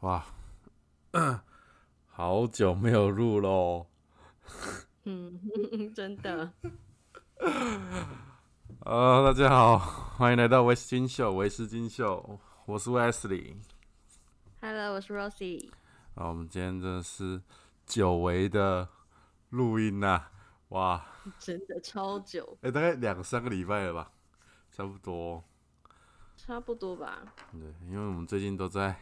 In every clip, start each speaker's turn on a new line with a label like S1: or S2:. S1: 哇， 好久没有录喽。
S2: 嗯，真的，
S1: 呃，大家好， 欢迎来到维斯金秀，维斯金秀，我是 Wesley。
S2: Hello，我是 Rosie。
S1: 啊，我们今天真的是久违的录音呐、哇，
S2: 真的超久，
S1: 哎、大概两三个礼拜了吧，差不多。
S2: 差不多吧，
S1: 对，因为我们最近都在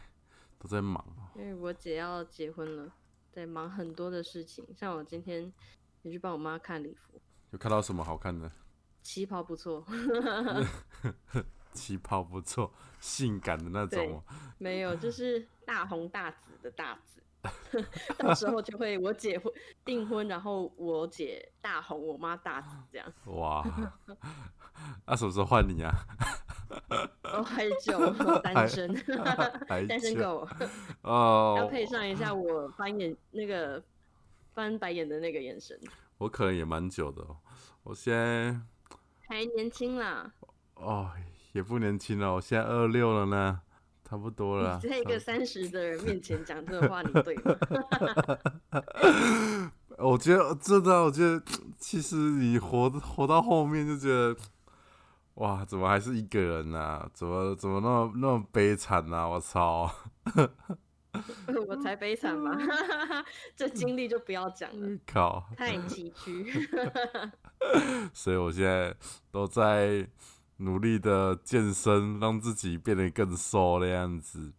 S1: 都在忙，
S2: 因为我姐要结婚了，在忙很多的事情。像我今天也去帮我妈看礼服，
S1: 有看到什么好看的？
S2: 旗袍不错，
S1: 旗袍不错，性感的那种哦。
S2: 没有，就是大红大紫的大紫。 到时候就会我姐婚订婚，然后我姐大红，我妈大紫这样。
S1: 哇， 那、什么时候换 你啊？
S2: 哦，还久， 我单身，
S1: 还
S2: 单身
S1: 久
S2: 狗，
S1: 哦，
S2: 要配上一下我翻眼那个翻白眼的那个眼神。
S1: 我可能也蛮久的、哦，我现在
S2: 还年轻啦，
S1: 哦也不年轻了，我现在二六了呢，差不多了啊。
S2: 在一个三十的人面前讲这种话，你对吗？
S1: 我觉得真的啊，我觉得其实你活活到后面就觉得，哇，怎么还是一个人呐、怎么怎么那么那么悲惨呐、我操！
S2: 我才悲惨吧， 这经历就不要讲了，
S1: 靠！
S2: 太崎岖。
S1: 所以我现在都在努力的健身，让自己变得更瘦的样子。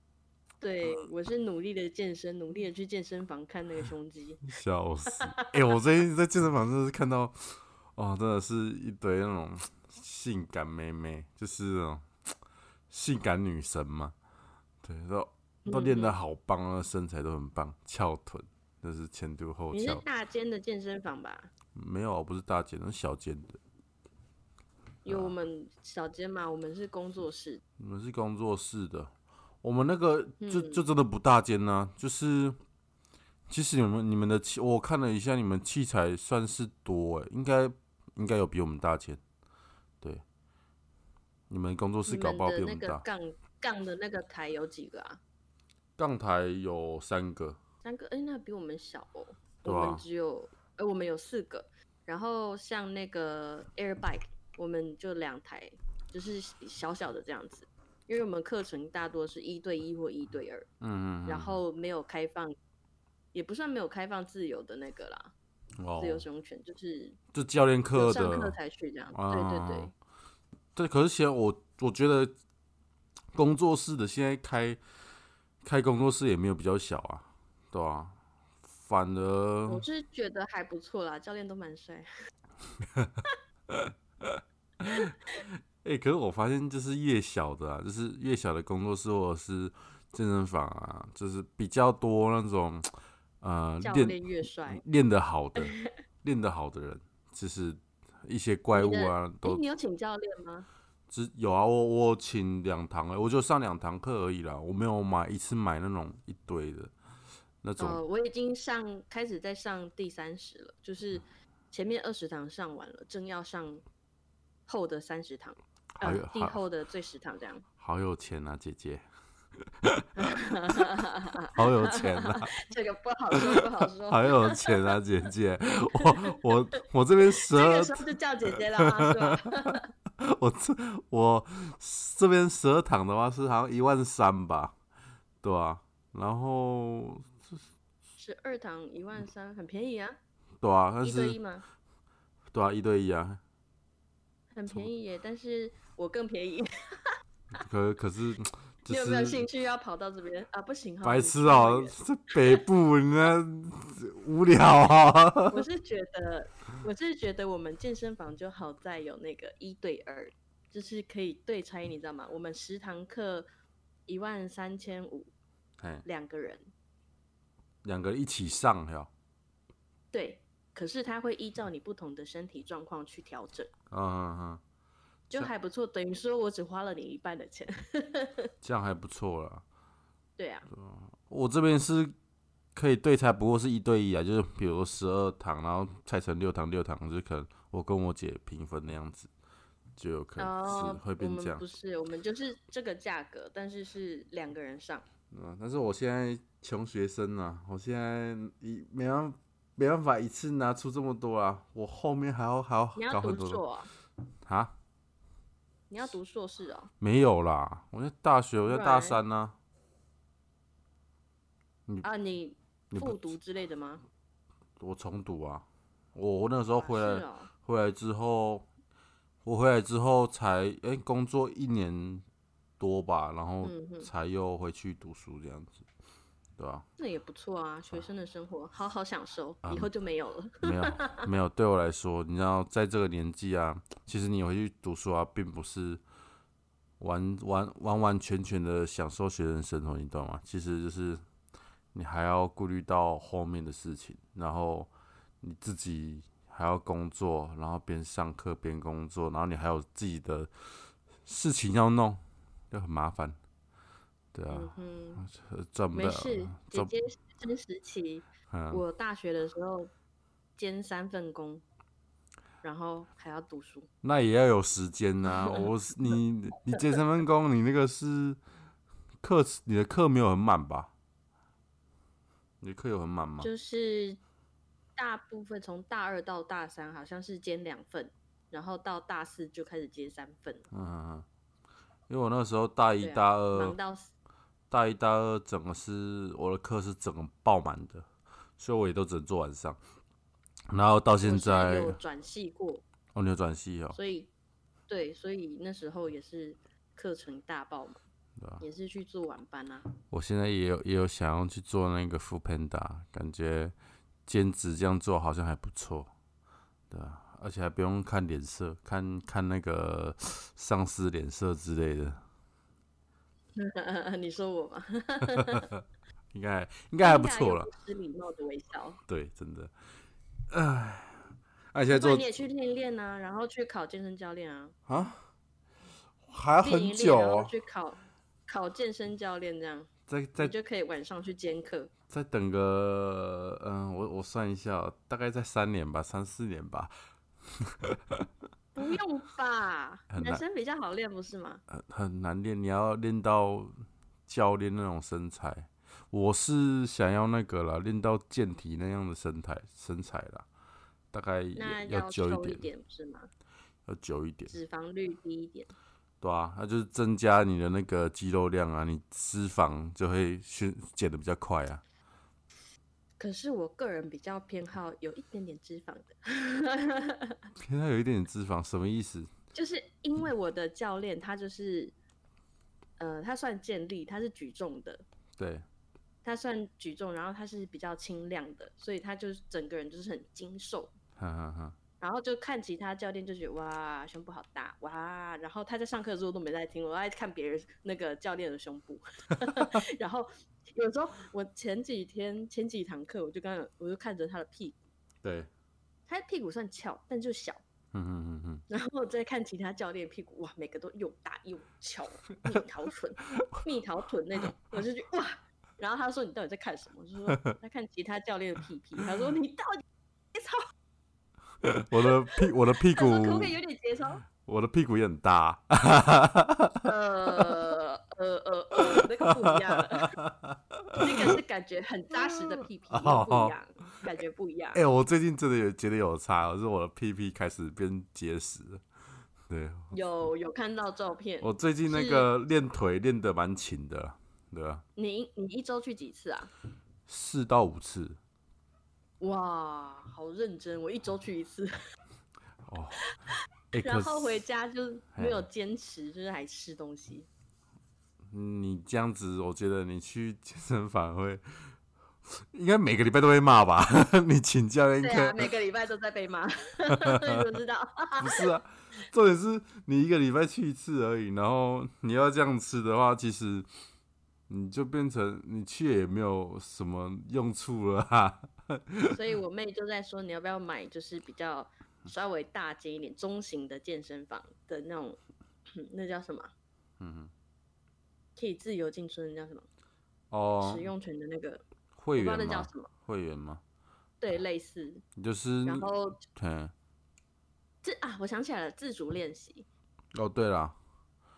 S2: 对
S1: 嗯
S2: 我是努力的健身，努力的去健身房看那个胸肌，
S1: 笑死！哎、我最近在健身房真的是看到，哦，真的是一堆那种性感妹妹，就是那种性感女神嘛。对，都都练得好棒，那身材都很棒，翘臀，那是前凸后
S2: 你是
S1: 翘。
S2: 大间的健身房吧？
S1: 没有，啊不是大肩，那是小肩的。
S2: 有
S1: 啊
S2: 我们小间嘛，我们是工作室，
S1: 你们是工作室的，我们那个就
S2: 嗯
S1: 就真的不大间呐、就是其实你们你们的器，我看了一下，你们器材算是多诶、应该应该有比我们大间，对，你们工作室
S2: 你
S1: 搞
S2: 们
S1: 不好
S2: 的
S1: 比我
S2: 那
S1: 们
S2: 个
S1: 大。
S2: 杠杠的那个台有几个啊？
S1: 杠台有三个，
S2: 三个，哎、那比我们小哦。
S1: 对
S2: 我
S1: 啊
S2: 们只有，呃，我们有四个。然后像那个 air bike，我们就两台，就是小小的这样子。因为我们课程大多是一对一或一对二，
S1: 嗯嗯，
S2: 然后没有开放，也不算没有开放自由的那个啦，
S1: 哦
S2: 自，由使用权就是
S1: 就教练
S2: 有
S1: 课
S2: 上课
S1: 的，
S2: 才去这样。
S1: 啊
S2: 对对对，
S1: 对，可是现在我我觉得工作室的现在开开工作室也没有比较小啊，对啊，反而
S2: 我是觉得还不错啦，教练都蛮帅。
S1: 哎、可是我发现，就是越小的啊，就是越小的工作室或者是健身房啊，就是比较多那种呃
S2: 教
S1: 练
S2: 练越帅，
S1: 练得好 的、练得好的人，就是一些怪物
S2: 你的
S1: 啊，
S2: 哎、
S1: 都
S2: 你有请教练吗？
S1: 只有啊。我我有请两堂、欸，我就上两堂课而已啦，我没有买一次买那种一堆的那种。
S2: 呃，我已经上开始在上第三十了，就是前面二十堂上完了，正要上后的三十堂，
S1: 好
S2: 呃
S1: 有，
S2: 第
S1: 哎好
S2: 后的最十堂这样。
S1: 好有钱啊，姐姐，好有钱啊！
S2: 这个不好说，不好说。
S1: 好有钱啊，姐姐！我我我这边十
S2: 这
S1: 二
S2: 个时候就叫姐姐了吗？是吧？
S1: 我这我这边十二堂的话是好像一万三吧，对啊，然后
S2: 十二堂一万三，很便宜啊，
S1: 对啊，但
S2: 一对一
S1: 是
S2: 吗？
S1: 对啊一对一 啊，
S2: 很便宜耶，但是我更便宜。
S1: 可可是就
S2: 你有没有兴
S1: 是
S2: 趣要跑到这边啊？不行哈，
S1: 白
S2: 你
S1: 痴
S2: 去那
S1: 哦、
S2: 个
S1: 这北部你那无聊啊、
S2: 我是觉得，我是觉得我们健身房就好在有那个一对二，就是可以对拆，你知道吗？我们十堂课一万三千五
S1: 嘿，
S2: 两个人，
S1: 两个一起上哟，
S2: 对。可是他会依照你不同的身体状况去调整，
S1: 嗯嗯嗯。
S2: 就还不错。等于说我只花了你一半的钱，
S1: 这样还不错啦。
S2: 对啊，
S1: 我这边是可以对拆，不过是一对一啊，就是比如十二堂，然后拆成六堂六堂，就是可能我跟我姐平分那样子。就有可能是
S2: 哦，
S1: 会变
S2: 我
S1: 这
S2: 们
S1: 样
S2: 不。是，我们就是这个价格，但是是两个人上。
S1: 嗯，但是我现在穷学生啊，我现在一没办没办法一次拿出这么多啊，我后面还要还要
S2: 你要
S1: 搞很
S2: 读
S1: 多东
S2: 硕、啊，
S1: 啊。
S2: 你要读硕士哦。
S1: 没有啦，我在大学，我在大
S2: Right
S1: 三呢、
S2: 啊，你
S1: 你不
S2: 复读之类的吗？
S1: 我重读啊。我我那时候
S2: 啊
S1: 回来
S2: 是，哦，
S1: 回来之后，我回来之后才哎、工作一年多吧，然后
S2: 嗯哼
S1: 才又回去读书这样子，对吧、
S2: 那也不错啊，学生的生活好好享受，
S1: 啊
S2: 以后就没有了。
S1: 没有没有，对我来说，你知道，在这个年纪啊，其实你回去读书啊，并不是完完完完全全的享受学生生活，你懂吗？其实就是你还要顾虑到后面的事情，然后你自己还要工作，然后边上课边工作，然后你还有自己的事情要弄，就很麻烦。对啊，
S2: 嗯
S1: 呃赚
S2: 哼，
S1: 不
S2: 没
S1: 到，
S2: 事，姐
S1: 赚
S2: 姐学生时期，
S1: 嗯，
S2: 我大学的时候兼三份工，然后还要读书。
S1: 那也要有时间 呐、我是你你接三份工，你那个是课你的课没有很满吧？你的课有很满吗？
S2: 就是大部分从大二到大三好像是兼两份，然后到大四就开始接三份，
S1: 嗯嗯，嗯因为我那时候大一
S2: 对啊
S1: 大二、
S2: 忙到死。
S1: 大一大二整个是我的课是整个爆满的，所以我也都只能做晚上。然后到现
S2: 我是
S1: 在
S2: 有转系过，
S1: 哦，你有转系哦，
S2: 所以对，所以那时候也是课程大爆嘛，
S1: 对啊
S2: 也是去做晚班啊。
S1: 我现在也有也有想要去做那个 f o o Panda，感觉兼职这样做好像还不错，对啊，而且还不用看脸色，看看那个上司脸色之类的，
S2: 你说我吗？
S1: 应该应该还不
S2: 听起来
S1: 错
S2: 又
S1: 了。
S2: 不失礼貌的微笑。
S1: 对，真的，唉，而且在
S2: 不
S1: 做
S2: 然你也去练一练啊，然后去考健身教练啊，
S1: 啊，还要
S2: 练
S1: 很
S2: 一
S1: 久
S2: 练，然
S1: 哦
S2: 后，去考考健身教练，这样
S1: 再
S2: 你
S1: 再
S2: 就可以晚上去兼课。
S1: 再等个，嗯，我我算一下哦，大概在三年吧，三四年吧，
S2: 不用吧，
S1: 很
S2: 男
S1: 难呃
S2: 生比较好练，不是吗？
S1: 很很难练，你要练到教练那种身材。我是想要那个啦，练到健体那样的身材身材啦，大概
S2: 那
S1: 也
S2: 要
S1: 久
S2: 瘦
S1: 一
S2: 一
S1: 点，
S2: 点，不是吗？
S1: 要久一点，
S2: 脂肪率低一点，
S1: 对啊，那就是增加你的那个肌肉量啊，你脂肪就会训减的比较快啊。
S2: 可是我个人比较偏好有一点点脂肪的，
S1: 现在有一点点脂肪，什么意思？
S2: 就是因为我的教练他就是，呃，他算健力，他是举重的，
S1: 对，
S2: 他算举重，然后他是比较轻量的，所以他就是整个人就是很精瘦，
S1: 哈哈哈，
S2: 然后就看其他教练就觉得哇胸部好大哇，然后他在上课的时候都没在听，我在看别人那个教练的胸部， 然后有时候我前几天前几堂课我就刚我就看着他的屁股，
S1: 对，
S2: 他的屁股算翘但就小，
S1: 嗯嗯嗯嗯，
S2: 然后我再看其他教练屁股哇每个都又大又翘，蜜桃臀蜜桃臀那种，我就觉得哇，然后他说你到底在看什么？我 就说在看其他教练的屁屁，他说你到底
S1: 我的屁我的屁
S2: 他
S1: 股
S2: 说可不可以有点节操？
S1: 我的屁股也很大，
S2: 呃呃呃呃，那个不一样了，那个是感觉很扎实的屁屁，那个不 一样，感觉不一样
S1: 哎、。我最近真的有觉得有差，就是我的屁屁开始变结实了。对
S2: 有有看到照片，
S1: 我最近那
S2: 是
S1: 个练腿练得蛮勤的，对吧？
S2: 你一你一周去几次啊？
S1: 四到五次，
S2: 哇，好认真，我一周去一次，
S1: 哦哎、可
S2: 然
S1: 是
S2: 后回家就是没有坚持，就是还吃东西。
S1: 你这样子，我觉得你去健身房会， 应该每个礼拜都会骂吧？ 你请教练
S2: 对
S1: 课、
S2: 啊，每个礼拜都在被 骂，我知道。
S1: 不是啊？重点是你一个礼拜去一次而已，然后你要这样吃的话，其实你就变成你去也没有什么用处了啊。
S2: 所以我妹就在说，你要不要买就是比较稍微大间一点、中型的健身房的那种，那叫什么？
S1: 嗯
S2: 可以自由进出的那叫什么？
S1: 哼，哦，
S2: 使用权的那个，
S1: 会
S2: 我不知道那
S1: 员
S2: 叫
S1: 吗？
S2: 什么，
S1: 会员吗？
S2: 对，类似。
S1: 你就是
S2: 然后
S1: 嗯
S2: 自啊，我想起来了，自主练习，
S1: 哦，对啦，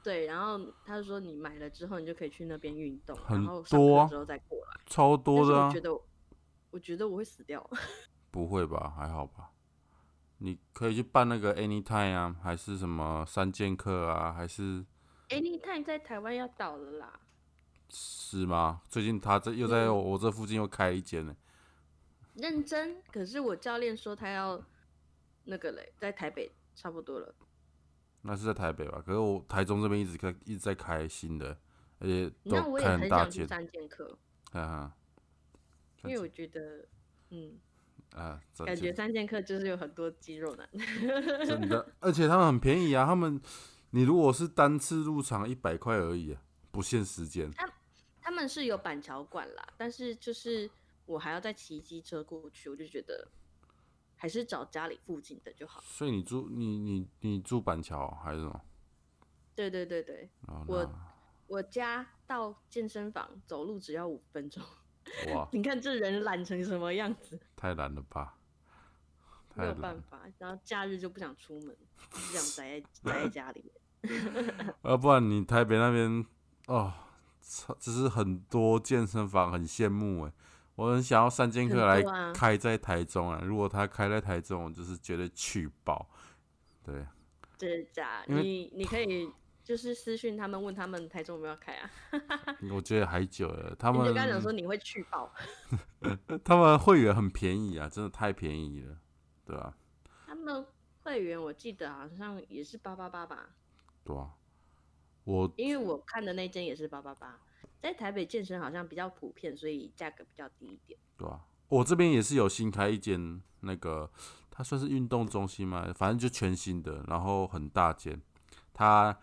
S2: 对，然后他就说你买了之后，你就可以去那边运动，
S1: 很
S2: 然后上课
S1: 多啊
S2: 之后再过来。
S1: 超多的
S2: 但
S1: 啊
S2: 是我觉！得我，我觉得我会死掉。
S1: 不会吧？还好吧？你可以去办那个 Anytime 啊，还是什么三剑客啊，还是
S2: Anytime 在台湾要倒了啦，
S1: 是吗？最近他这又
S2: 嗯
S1: 在我我这附近又开一间呢、
S2: 认真。可是我教练说他要那个嘞，在台北差不多了。
S1: 那是在台北吧？可是我台中这边一直开一直在开新的，而且
S2: 那
S1: 都
S2: 我也
S1: 开
S2: 很
S1: 大
S2: 想去
S1: 间，
S2: 三剑客，
S1: 哈哈，
S2: 因为我觉得，嗯，
S1: 啊，真
S2: 感觉
S1: 的
S2: 三剑客就是有很多肌肉男。
S1: 真的，而且他们很便宜啊，他们你如果是单次入场一百块而已、啊，不限时间，
S2: 啊他们是有板桥馆啦，但是就是我还要再骑机车过去，我就觉得还是找家里附近的就好。
S1: 所以你住你你你住板桥啊、还是什么？
S2: 对对对对，
S1: 哦
S2: 我我家到健身房走路只要五分钟，
S1: 那哇，
S2: 你看这人懒成什么样子，
S1: 太难了吧？
S2: 没
S1: 太
S2: 有
S1: 难
S2: 办
S1: 了，
S2: 法。然后假日就不想出门，就 想宅在宅在家里面。
S1: 要、啊不然你台北那边哦，操只是很多健身房很羡慕哎，我很想要三剑客来
S2: 很多啊
S1: 开在台中啊，如果他开在台中，我就是绝对去爆。对，
S2: 啊真的假？
S1: 因为
S2: 你你可以就是私讯他们，问他们台中有没有开啊？
S1: 我觉得还久了，他
S2: 你就
S1: 们
S2: 跟他讲说你会去报，
S1: 他们会员很便宜啊，真的太便宜了，对啊吧、
S2: 他们会员我记得好像也是八八八吧，
S1: 对吧、我
S2: 因为我看的那间也是八八八，在台北健身好像比较普遍，所以价格比较低一点。
S1: 对吧、我这边也是有新开一间那个，它算是运动中心嘛，反正就全新的，然后很大间。它，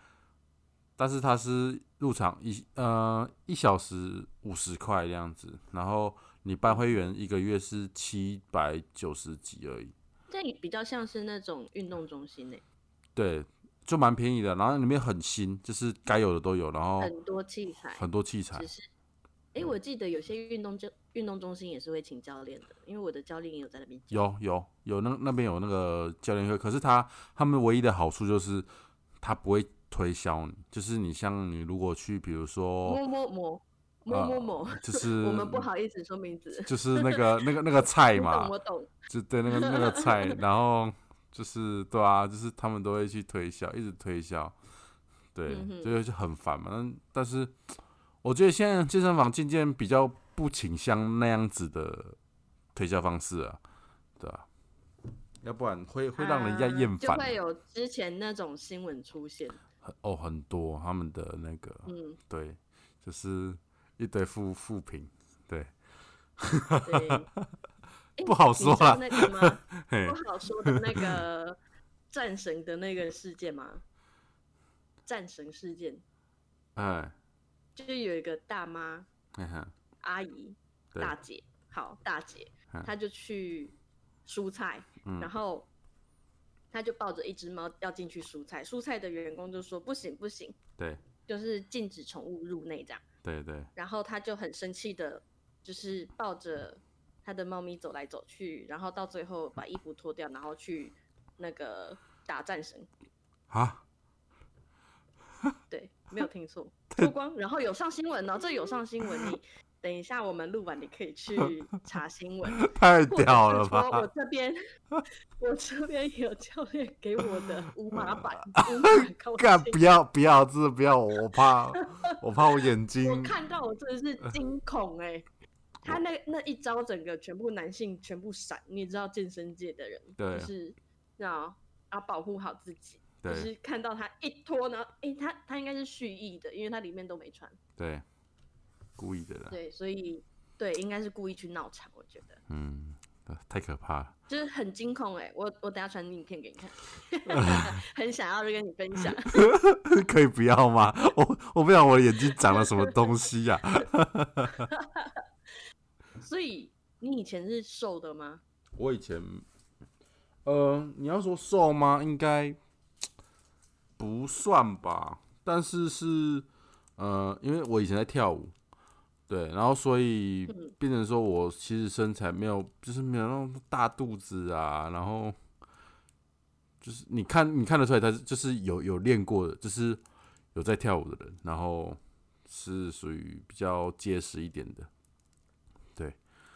S1: 但是它是入场一呃一小时五十块这样子，然后你办会员一个月是七百九十几而已，
S2: 这也比较像是那种运动中心欸呢、
S1: 对，就蛮便宜的。然后里面很新，就是该有的都有，然后
S2: 很多器材。
S1: 哦很多器材
S2: 只。是，哎、我记得有些运动中运动中心也是会请教练的，因为我的教练也有在那边教。
S1: 有有有那那边有那个教练课，可是他他们唯一的好处就是他不会推销你，就是你像你如果去比如说
S2: 某某某某
S1: 呃
S2: 某某，
S1: 就是
S2: 我们不好意思说名字。
S1: 就是那个那个那个菜
S2: 我
S1: 嘛
S2: 懂，，我懂。
S1: 就对那个那个菜，然后就是对啊，就是他们都会去推销，一直推销，对
S2: 嗯，哼
S1: 这、就很烦嘛。但但是我觉得现在健身房渐渐比较不倾向那样子的推销方式啊，对啊，要不然会会让人家
S2: 啊
S1: 厌
S2: 就
S1: 烦、
S2: 会有之前那种新闻出现。
S1: 很哦，很多他们的那个，
S2: 嗯，
S1: 对，就是一堆负负评，对，
S2: 对。诶
S1: 不好
S2: 你
S1: 说
S2: 知道
S1: 啦
S2: 那个吗？
S1: 嘿，
S2: 不好说的那个 战神的那个事件吗？战神事件
S1: 哎，嗯
S2: 就是有一个大妈
S1: 嘿嘿
S2: 阿姨
S1: 对
S2: 大姐，好大姐
S1: 嗯，
S2: 她就去蔬菜，
S1: 嗯
S2: 然后她就抱着一只猫要进去蔬菜，蔬菜的员工就说不行不行，
S1: 对
S2: 就是禁止宠物入内这样，
S1: 对对，
S2: 然后她就很生气的，就是抱着她的猫咪走来走去，然后到最后把衣服脱掉，然后去那个打战神，
S1: 啊，
S2: 对，没有 听错，脱光，然后有上新闻哦，这有上新闻，你等一下我们录完你可以去 查新闻。
S1: 太
S2: 或者
S1: 屌
S2: 是
S1: 了
S2: 说我
S1: 吧！
S2: 这边，我这边有教练给我的五马 版，五马高
S1: 干
S2: 清
S1: 不要不要，真的不要，我我怕我怕我眼
S2: 我
S1: 睛，
S2: 看到我真的
S1: 呃
S2: 是惊恐哎、他那那一招，整个全部男性全部闪，你也知道健身界的人
S1: 对啊
S2: 就是要要保护好自己，就
S1: 对
S2: 是看到他一脱，然后哎、他他应该是蓄意的，因为他里面都没穿，
S1: 对，故意的啦，
S2: 对，所以对应该是故意去闹场，我觉得
S1: 嗯，呃太可怕了，
S2: 就是很惊恐哎、我我等下传影片给你看， 很想要跟你分享。
S1: 可以不要吗？ 我我不想我的眼睛长了什么东西呀、
S2: 所以你以前是瘦的吗？
S1: 我以前，呃，你要说瘦吗？应该不算吧，但是是，呃，因为我以前在跳舞，对，然后所以
S2: 嗯
S1: 变成说我其实身材没有，就是没有那种大肚子啊，然后就是你看你看得出来，他是就是有有练过的，就是有在跳舞的人，然后是属于比较结实一点的，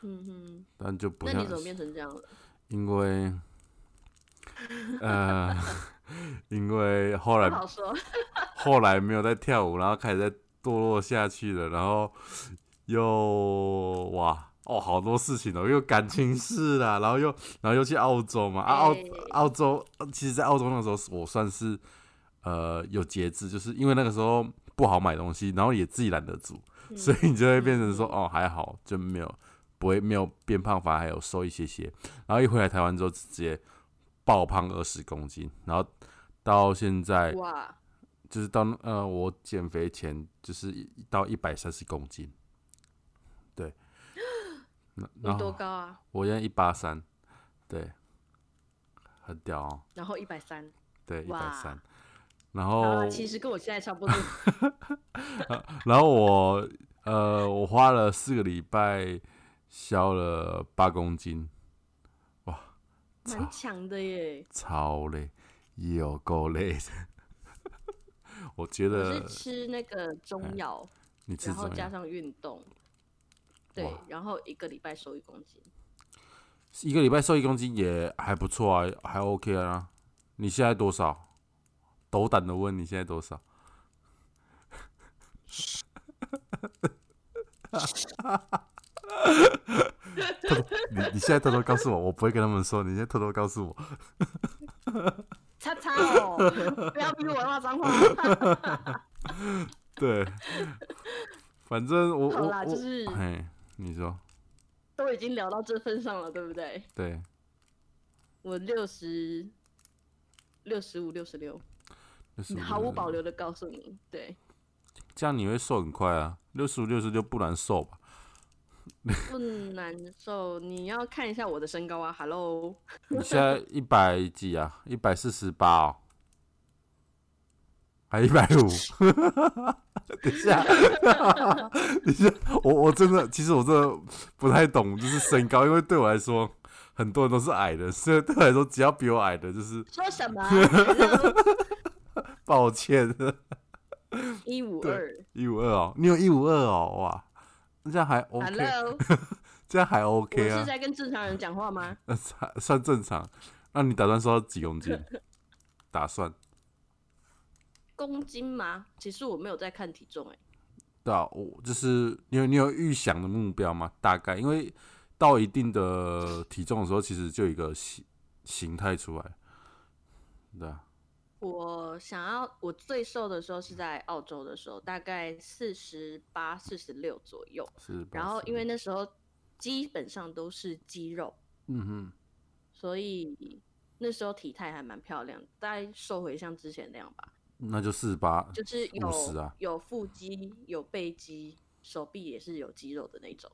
S2: 嗯哼，
S1: 但就不
S2: 那
S1: 像
S2: 你怎么变成这样了？
S1: 因为呃， 因为后来
S2: 不好说，
S1: 后来没有在跳舞，然后开始在堕落下去了，然后又哇哦，好多事情哦，又感情事啦，然后又然后又去澳洲嘛，啊澳
S2: 哎
S1: 澳洲，呃其实，在澳洲那时候我算是呃有节制，就是因为那个时候不好买东西，然后也自己懒得煮，
S2: 嗯
S1: 所以你就会变成说哦还好，就没有不会没有变胖，反而还有瘦一些些。然后一回来台湾之后，直接爆胖二十公斤，然后到现在
S2: 哇，
S1: 就是到那呃，我减肥前就是一到一百三十公斤，对，那
S2: 你
S1: 然
S2: 多
S1: 后
S2: 高啊？
S1: 我现在一八三，对，很屌哦，
S2: 然后一百三，
S1: 对，一百
S2: 哇
S1: 三，然
S2: 啊
S1: 后
S2: 其实跟我现在差不多。
S1: 然后我呃，我花了四个礼拜消了八公斤，
S2: 蛮强的耶。
S1: 超累，有够累的， 我觉
S2: 我
S1: 得
S2: 是吃那个中药，
S1: 你嗯吃
S2: 然
S1: 怎
S2: 后
S1: 么
S2: 加
S1: 样？
S2: 上运动，对
S1: 哇，
S2: 然后一个礼拜瘦一公斤。
S1: 一个礼拜瘦一公斤也还不错啊，还 OK 啊。你现在多少？斗胆的问你现在多少？ 偷偷，你你现在偷偷告诉我，我不会跟他们说。你现在偷偷告诉我，
S2: 擦 擦哦，不要逼我骂脏话。
S1: 对，反正我
S2: 好
S1: 我
S2: 啦
S1: 我，哎
S2: 就是
S1: 嘿，你说
S2: 都已经聊到这份上了，对不对？
S1: 对，
S2: 我六十六十五、六十六，
S1: 65
S2: 毫无保
S1: 65
S2: 留的告诉你，对，
S1: 这样你会瘦很快啊，六十五、六十六不难瘦吧？
S2: 不难受。你要看一下我的身高啊，Hello，
S1: 你现在一百几啊？一百四十八哦，还一百五？ 等一下， 等一下，我我真的，其实我真的不太懂，就是身高，因为对我来说，很多人都是矮的，所以对我来说，只要比我矮的，就是
S2: 说什么啊
S1: 抱歉，
S2: 一五二
S1: 一五二哦，你有一五二哦，哇，这样还 OK，
S2: ，Hello，
S1: 这样还
S2: 我
S1: OK
S2: 是
S1: 啊，
S2: 在跟正常人讲话吗？
S1: 那算算正常。那你打算瘦到几公 斤？打算？
S2: 公斤吗？其实我没有在看体重、欸，
S1: 对啊，我就是你有你有预想的目标吗？大概，因为到一定的体重的时候，其实就有一个形形态出来，对啊，
S2: 我想要，我最瘦的时候是在澳洲的时候，大概四十八、四十六左右。
S1: 是吧。
S2: 然后因
S1: 是
S2: 为那时候基本上都是肌肉，
S1: 嗯哼，
S2: 所以那时候体态还蛮漂亮的，大概瘦回像之前那样吧，
S1: 那就四十八，
S2: 就是有、
S1: 50啊
S2: 有腹肌、有背肌，手臂也是有肌肉的那种。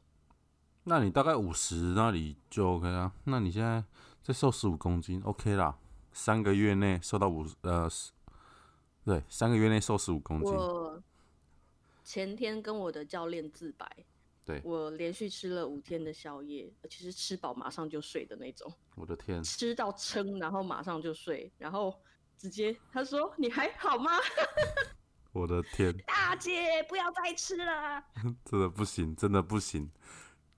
S1: 那你大概五十那里就 OK 啦。那你现在再瘦十五公斤，OK 啦，三个月内瘦到五呃，10对，三个月内瘦十五公斤，
S2: 我前天跟我的教练自白，
S1: 对
S2: 我连续吃了五天的宵夜，其实吃饱马上就睡的那种。
S1: 我的天，
S2: 吃到撑，然后马上就睡，然后直接他说：“你还好吗，
S1: 我的天。
S2: 大姐？不要再吃了。啊
S1: 真的不行，真的不行。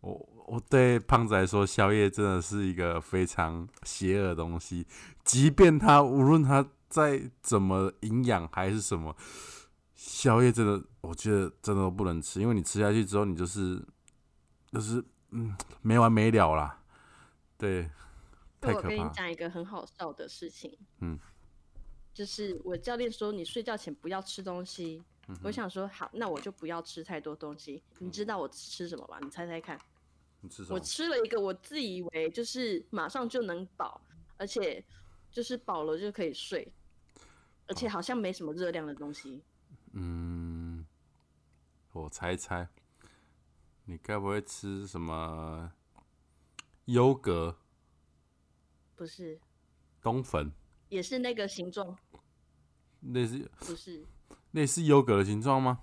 S1: 我我对胖子来说，宵夜真的是一个非常邪恶的东西。即便他无论他再怎么营养还是什么，宵夜真的，我觉得真的都不能吃，因为你吃下去之后，你就是就是嗯没完没了啦。对，”太
S2: 我
S1: 可
S2: 跟你
S1: 怕。
S2: 讲一个很好笑的事情，
S1: 嗯，
S2: 就是我教练说你睡觉前不要吃东西，
S1: 嗯
S2: 我想说好，那我就不要吃太多东西。你知道我吃什么吗？你猜猜看，
S1: 你吃什
S2: 我
S1: 么？
S2: 吃了一个我自以为就是马上就能饱，而且就是饱了就可以睡，而且好像没什么热量的东西。
S1: 嗯，我猜猜，你该不会吃什么优格？
S2: 不是，
S1: 冬粉，
S2: 也是那个形状，
S1: 类似
S2: 不是，
S1: 类似优格的形状吗？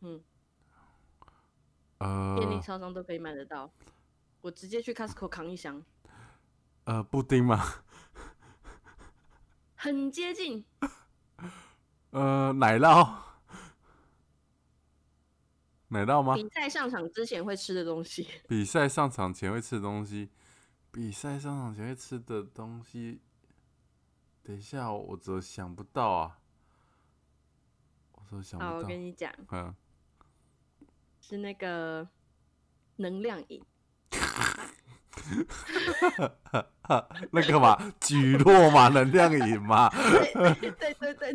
S2: 嗯，便利
S1: 呃
S2: 超商都可以买得到。我直接去 Costco 扛一箱，
S1: 呃，布丁吗？
S2: 很接近，
S1: 呃，奶酪，奶酪吗？
S2: 比赛上场之前会吃的东西，
S1: 比赛上场前会吃的东西，比赛上场前会吃的东西，等一下我怎么想不到啊？我怎么想
S2: 好，
S1: 不
S2: 我
S1: 到
S2: 跟？你讲，
S1: 嗯，
S2: 是那个能量饮，
S1: 那个嘛， 举落嘛，能量饮嘛，
S2: 对对对对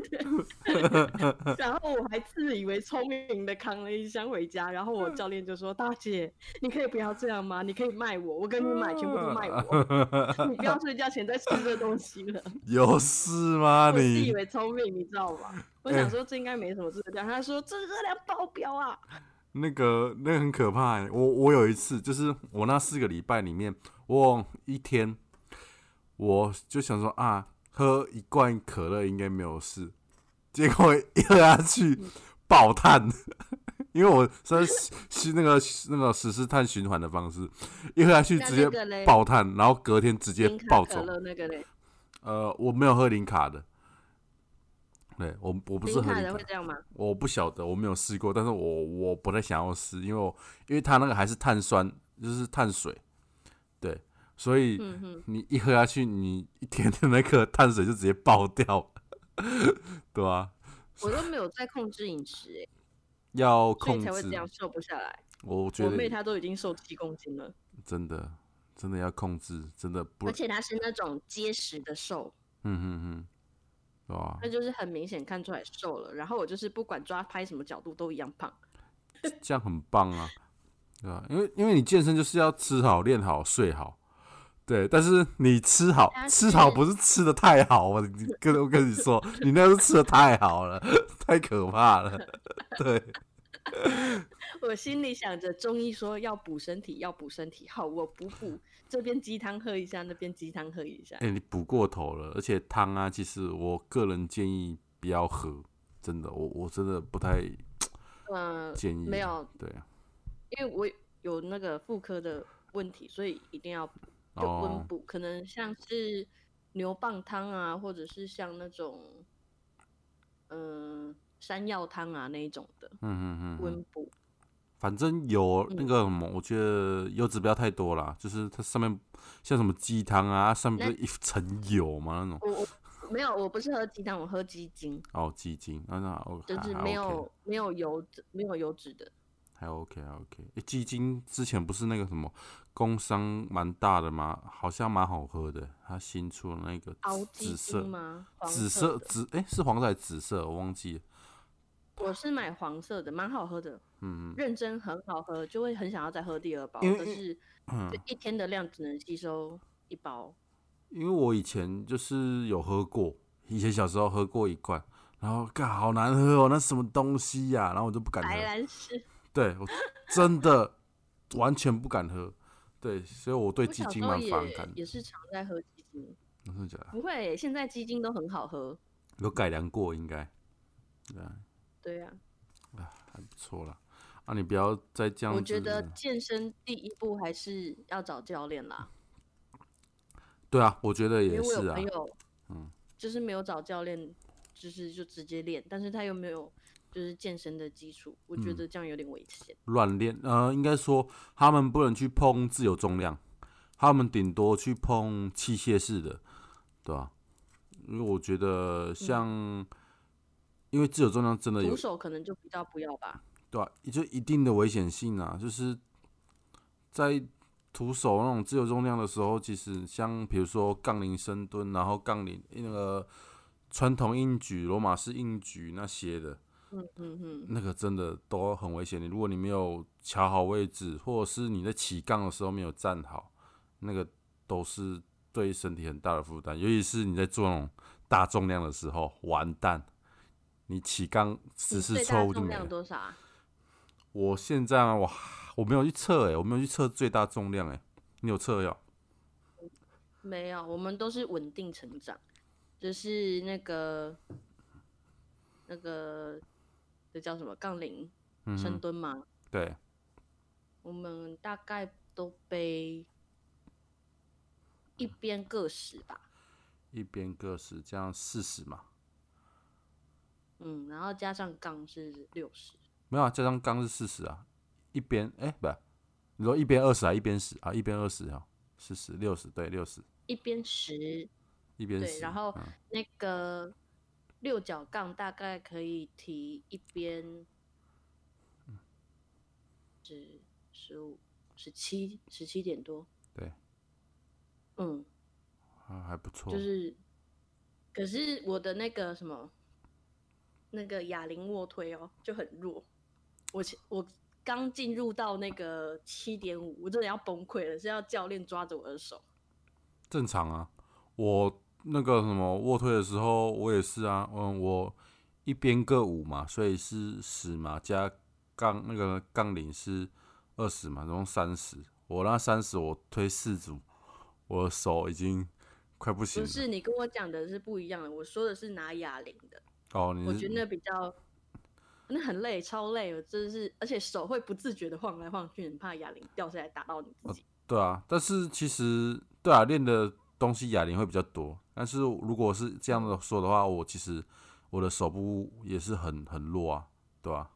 S2: 对。然后我还自以为聪明的扛了一箱回家，然后我教练就说：“大姐，你可以不要这样吗？你可以卖我，我跟你买，全部都卖我， 你不要睡觉前再吃这东西了。”
S1: 有事 吗
S2: 我自以
S1: 你？
S2: 为聪明，你知道吗？ 我想说这应该没什么热量，他说这热量爆表啊！
S1: 那个那个很可怕欸、我我有一次，就是我那四个礼拜里面，我一天我就想说啊，喝一罐可乐应该没有事，结果一喝下去爆碳， 因为我是在吸吸那个那个实施碳循环的方式，一喝下去
S2: 那
S1: 直
S2: 那
S1: 接
S2: 个嘞
S1: 爆碳，然后隔天直接
S2: 零卡
S1: 暴
S2: 可
S1: 走。
S2: 乐那个嘞，
S1: 呃，我没有喝零卡的，对我我不是
S2: 零
S1: 喝
S2: 卡
S1: 零
S2: 的
S1: 卡
S2: 会，这样吗？
S1: 我不晓得，我没有试过，但是我我不太想要试，因为我因为它那个还是碳酸，就是碳水，对，所以
S2: 嗯哼，
S1: 你一喝下去，你一天的那个碳水就直接爆掉， 对啊吧、
S2: 我都没有在控制饮食、欸，
S1: 要
S2: 所以
S1: 控
S2: 才会这
S1: 制，
S2: 样瘦不下来。
S1: 我觉
S2: 我
S1: 得
S2: 妹她都已经瘦七公斤了，
S1: 真的真的要控制，真的不
S2: 而，且她是那种结实的瘦，
S1: 嗯哼哼，对啊吧、
S2: 那就是很明显看出来瘦了。然后我就是不管抓拍什么角度都一样胖，
S1: 这样很棒啊，对吧、因为因为你健身就是要吃好、练好、睡好，对。但是你吃好
S2: 但
S1: 吃
S2: 是
S1: 好不是吃的太好啊，你跟我跟你说， 你那是吃的太好了，太可怕了。 对，
S2: 我心里想着中医说要补身体，要补身体，好，我补补，这边鸡汤喝一下，那边鸡汤喝一下。
S1: 哎、你补过头了，而且汤啊，其实我个人建议不要喝，真的，我我真的不太
S2: 嗯、
S1: 建议。
S2: 没有，
S1: 对啊，
S2: 因为我有那个妇科的问题，所以一定要就
S1: 哦
S2: 温，补，可能像是牛蒡汤啊，或者是像那种嗯、呃山药汤啊那一种的
S1: 嗯嗯嗯，
S2: 温补。
S1: 反正有那
S2: 嗯
S1: 个什么，我觉得油脂不要太多啦，就是它上面像什么鸡汤啊，上面不是一层油嘛那种
S2: 我我没有，我不是喝鸡汤，我喝鸡精，
S1: 哦，鸡精，那那哦还
S2: 就是
S1: 还
S2: 没
S1: OK
S2: 有、没有油脂没有油脂的。
S1: 还 OK 还 OK。诶鸡精之前不是那个什么工商蛮大的吗？好像蛮好喝的，它新出的那个
S2: 熬
S1: 紫
S2: 鸡
S1: 紫色
S2: 精吗？黄
S1: 紫
S2: 色
S1: 色
S2: 的，
S1: 紫诶，是黄色还是紫色？我忘记了。
S2: 我是买黄色的，蛮好喝的，
S1: 嗯
S2: 认真很好喝，就会很想要再喝第二包。
S1: 因为
S2: 可是
S1: 嗯
S2: 就，一天的量只能吸收一包。
S1: 因为我以前就是有喝过，以前小时候喝过一罐，然后干好难喝哦，那什么东西呀、然后我就不敢喝。
S2: 白兰氏，
S1: 对我真的完全不敢喝。对，所以我对
S2: 我
S1: 鸡
S2: 小时
S1: 精
S2: 候
S1: 蛮
S2: 也
S1: 反感的。
S2: 也是常在喝鸡精，
S1: 真的假的？
S2: 不会、现在鸡精都很好喝。
S1: 有改良过应该，对啊，
S2: 对啊，
S1: 还不错啦。啊，你不要再这样子。
S2: 我觉得健身第一步还是要找教练啦，
S1: 对啊，我觉得
S2: 因为
S1: 也
S2: 我有
S1: 是啊
S2: 朋。友，
S1: 嗯，
S2: 就是没有找教练，就是就直接练，但是他又没有就是健身的基础，我觉
S1: 嗯
S2: 得这样有点危险。
S1: 乱练，呃，应该说他们不能去碰自由重量，他们顶多去碰器械式的，对吧、因为我觉得像，因为自由重量真的有
S2: 徒手可能就比较不要吧，
S1: 对啊，就一定的危险性啊，就是在徒手那种自由重量的时候，其实像比如说杠铃深蹲，然后杠铃那个传统硬举、罗马式硬举那些的，
S2: 嗯嗯嗯，
S1: 那个真的都很危险。你如果你没有卡好位置，或者是你在起杠的时候没有站好，那个都是对身体很大的负担。尤其是你在做那种大重量的时候，完蛋，你起杠姿
S2: 你
S1: 势
S2: 最
S1: 错
S2: 大
S1: 误就
S2: 重
S1: 没了
S2: 量。多少啊？
S1: 我现在啊我我没有去测哎、我没有去测最大重量哎、你有测呀？
S2: 没有，我们都是稳定成长，就是那个那个这叫什么杠铃
S1: 嗯
S2: 深
S1: 哼，
S2: 蹲嘛，
S1: 对，
S2: 我们大概都背一边各十吧，
S1: 一边各十，这样四十嘛。
S2: 嗯，然后加上杠是六十，
S1: 没有啊，这张刚是四十啊，一边哎、不，你说一边二十啊，一边十啊，一边二十啊，四十六十对六十，
S2: 一边十，
S1: 一边
S2: 对，
S1: 十，
S2: 然后
S1: 嗯
S2: 那个六角杠大概可以提一边，十十五十七十七点多，
S1: 对
S2: 嗯，
S1: 啊还不错，
S2: 就是，可是我的那个什么，那个哑铃卧推哦就很弱，我前我刚进入到那个七点五，我真的要崩溃了，是要教练抓着我的手。
S1: 正常啊。我那个什么卧推的时候，我也是啊，嗯，我一边各五嘛，所以是十嘛，加杠那个杠铃是二十嘛，总共三十。我那三十我推四组，我的手已经快不行
S2: 不
S1: 了。
S2: 是你跟我讲的是不一样的，我说的是拿哑铃的，
S1: 哦，你
S2: 我
S1: 是
S2: 觉得那比较。那很累，超累，我真的是，而且手会不自觉的晃来晃去，很怕哑铃掉下来打到你自己。
S1: 对啊，但是其实对啊，练的东西哑铃会比较多。但是如果是这样的说的话，我其实我的手部也是很很弱啊，对吧、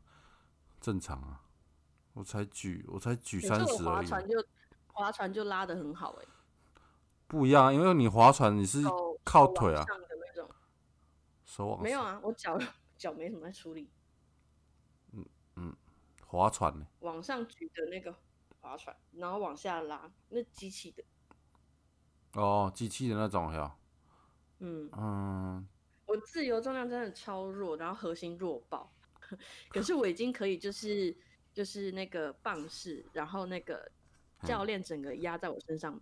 S1: 正常啊，我才举我才举
S2: 可
S1: 三
S2: 是我
S1: 十而
S2: 划
S1: 已，
S2: 船就划船就拉的很好哎、
S1: 不一样啊，因为你划船你是
S2: 手
S1: 靠
S2: 手往
S1: 腿啊，
S2: 上的那种。
S1: 手往
S2: 没有
S1: 上
S2: 啊，我脚脚没什么在处理，
S1: 划船呢、
S2: 往上举的那个划船，然后往下拉，那机器的。
S1: 哦，机器的那种呀，
S2: 嗯，
S1: 嗯，
S2: 我自由重量真的超弱，然后核心弱爆， 可是我已经可以就是就是那个棒式，然后那个
S1: 嗯
S2: 教练整个压在我身上，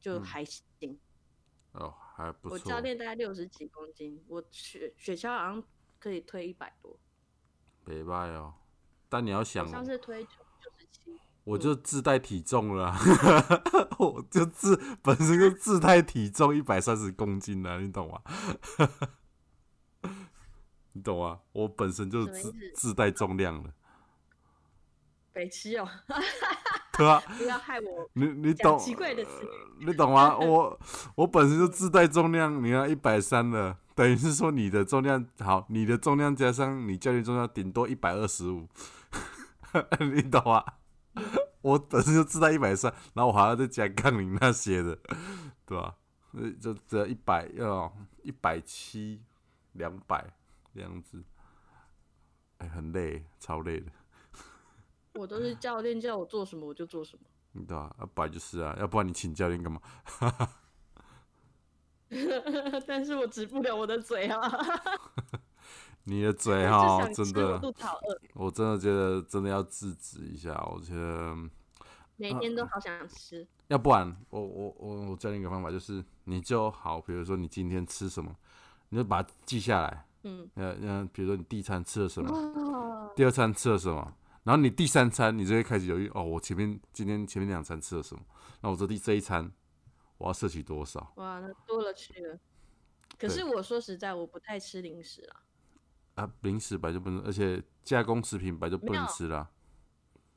S2: 就还行。
S1: 哦还嗯不错。
S2: 我教练大概六十几公斤，我雪雪橇好像可以推一百多，
S1: 北拜哦，但你要想
S2: 我
S1: 哦
S2: 上次推九九十七，
S1: 我就自带体重了、啊， 我就自本身就自带体重一百三十公斤了、你懂吗？ 你懂吗？我本身就
S2: 什么意
S1: 自
S2: 思
S1: 自带重量了，
S2: 北七哦，
S1: 对啊，
S2: 不要害我
S1: 你你
S2: 讲
S1: 懂呃
S2: 奇怪的词语。
S1: 你懂 吗？我我本身就自带重量，你要一百三了，等于是说你的重量好，你的重量加上你教练重量顶多一百二十五， 你懂吗？
S2: 嗯
S1: 我本身就自带一百三，然后我还要再加杠铃那些的，对吧、呃就这一百要一百七、两百这样子，哎、很累，超累的，
S2: 我都是教练叫我做什么我就做什么，
S1: 你懂吧？啊，本来就是啊，要不然你请教练干嘛？
S2: 但是我止不了我的嘴啊，
S1: 你的嘴
S2: 我
S1: 哈，
S2: 就想
S1: 哎真
S2: 吃，我
S1: 的。
S2: 肚子好饿，
S1: 我真的觉得真的要制止一下，我觉得，
S2: 每天
S1: 嗯
S2: 都好想吃。
S1: 要不然我我我我教你一个方法，就是你就好，比如说你今天吃什么，你就把它记下来，
S2: 嗯，
S1: 呃呃，比如说你第一餐吃了什么，
S2: 哦，
S1: 第二餐吃了什么，然后你第三餐你就会开始犹豫，哦，我前面今天前面两餐吃了什么，那我这第这一餐我要摄取多少？
S2: 哇，那多了去了。可是我说实在，我不太吃零食啦，
S1: 啊，零食本来就不能，而且加工食品本来就不
S2: 没
S1: 能
S2: 有
S1: 吃啦、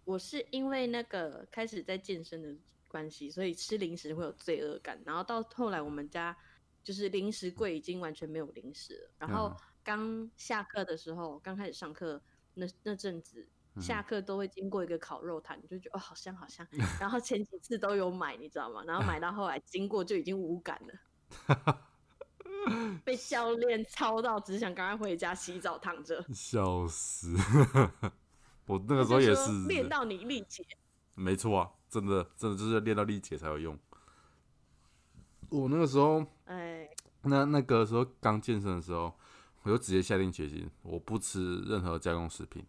S2: 我是因为那个开始在健身的关系，所以吃零食会有罪恶感。然后到后来，我们家就是零食柜已经完全没有零食了。然后
S1: 嗯
S2: 刚下课的时候，刚开始上课那那阵子，
S1: 嗯
S2: 下课都会经过一个烤肉摊，就觉得哦好香好香。然后前几次都有买，你知道吗？然后买到后来经过就已经无感了，被教练操到只想赶快回家洗澡躺着。
S1: 笑死！ 我那个时候
S2: 就
S1: 也
S2: 说
S1: 是
S2: 练到你力竭，
S1: 没错啊，真的，真的就是练到力竭才有用。我那个时候，
S2: 哎，
S1: 那那个时候刚健身的时候，我就直接下定决心，我不吃任何加工食品，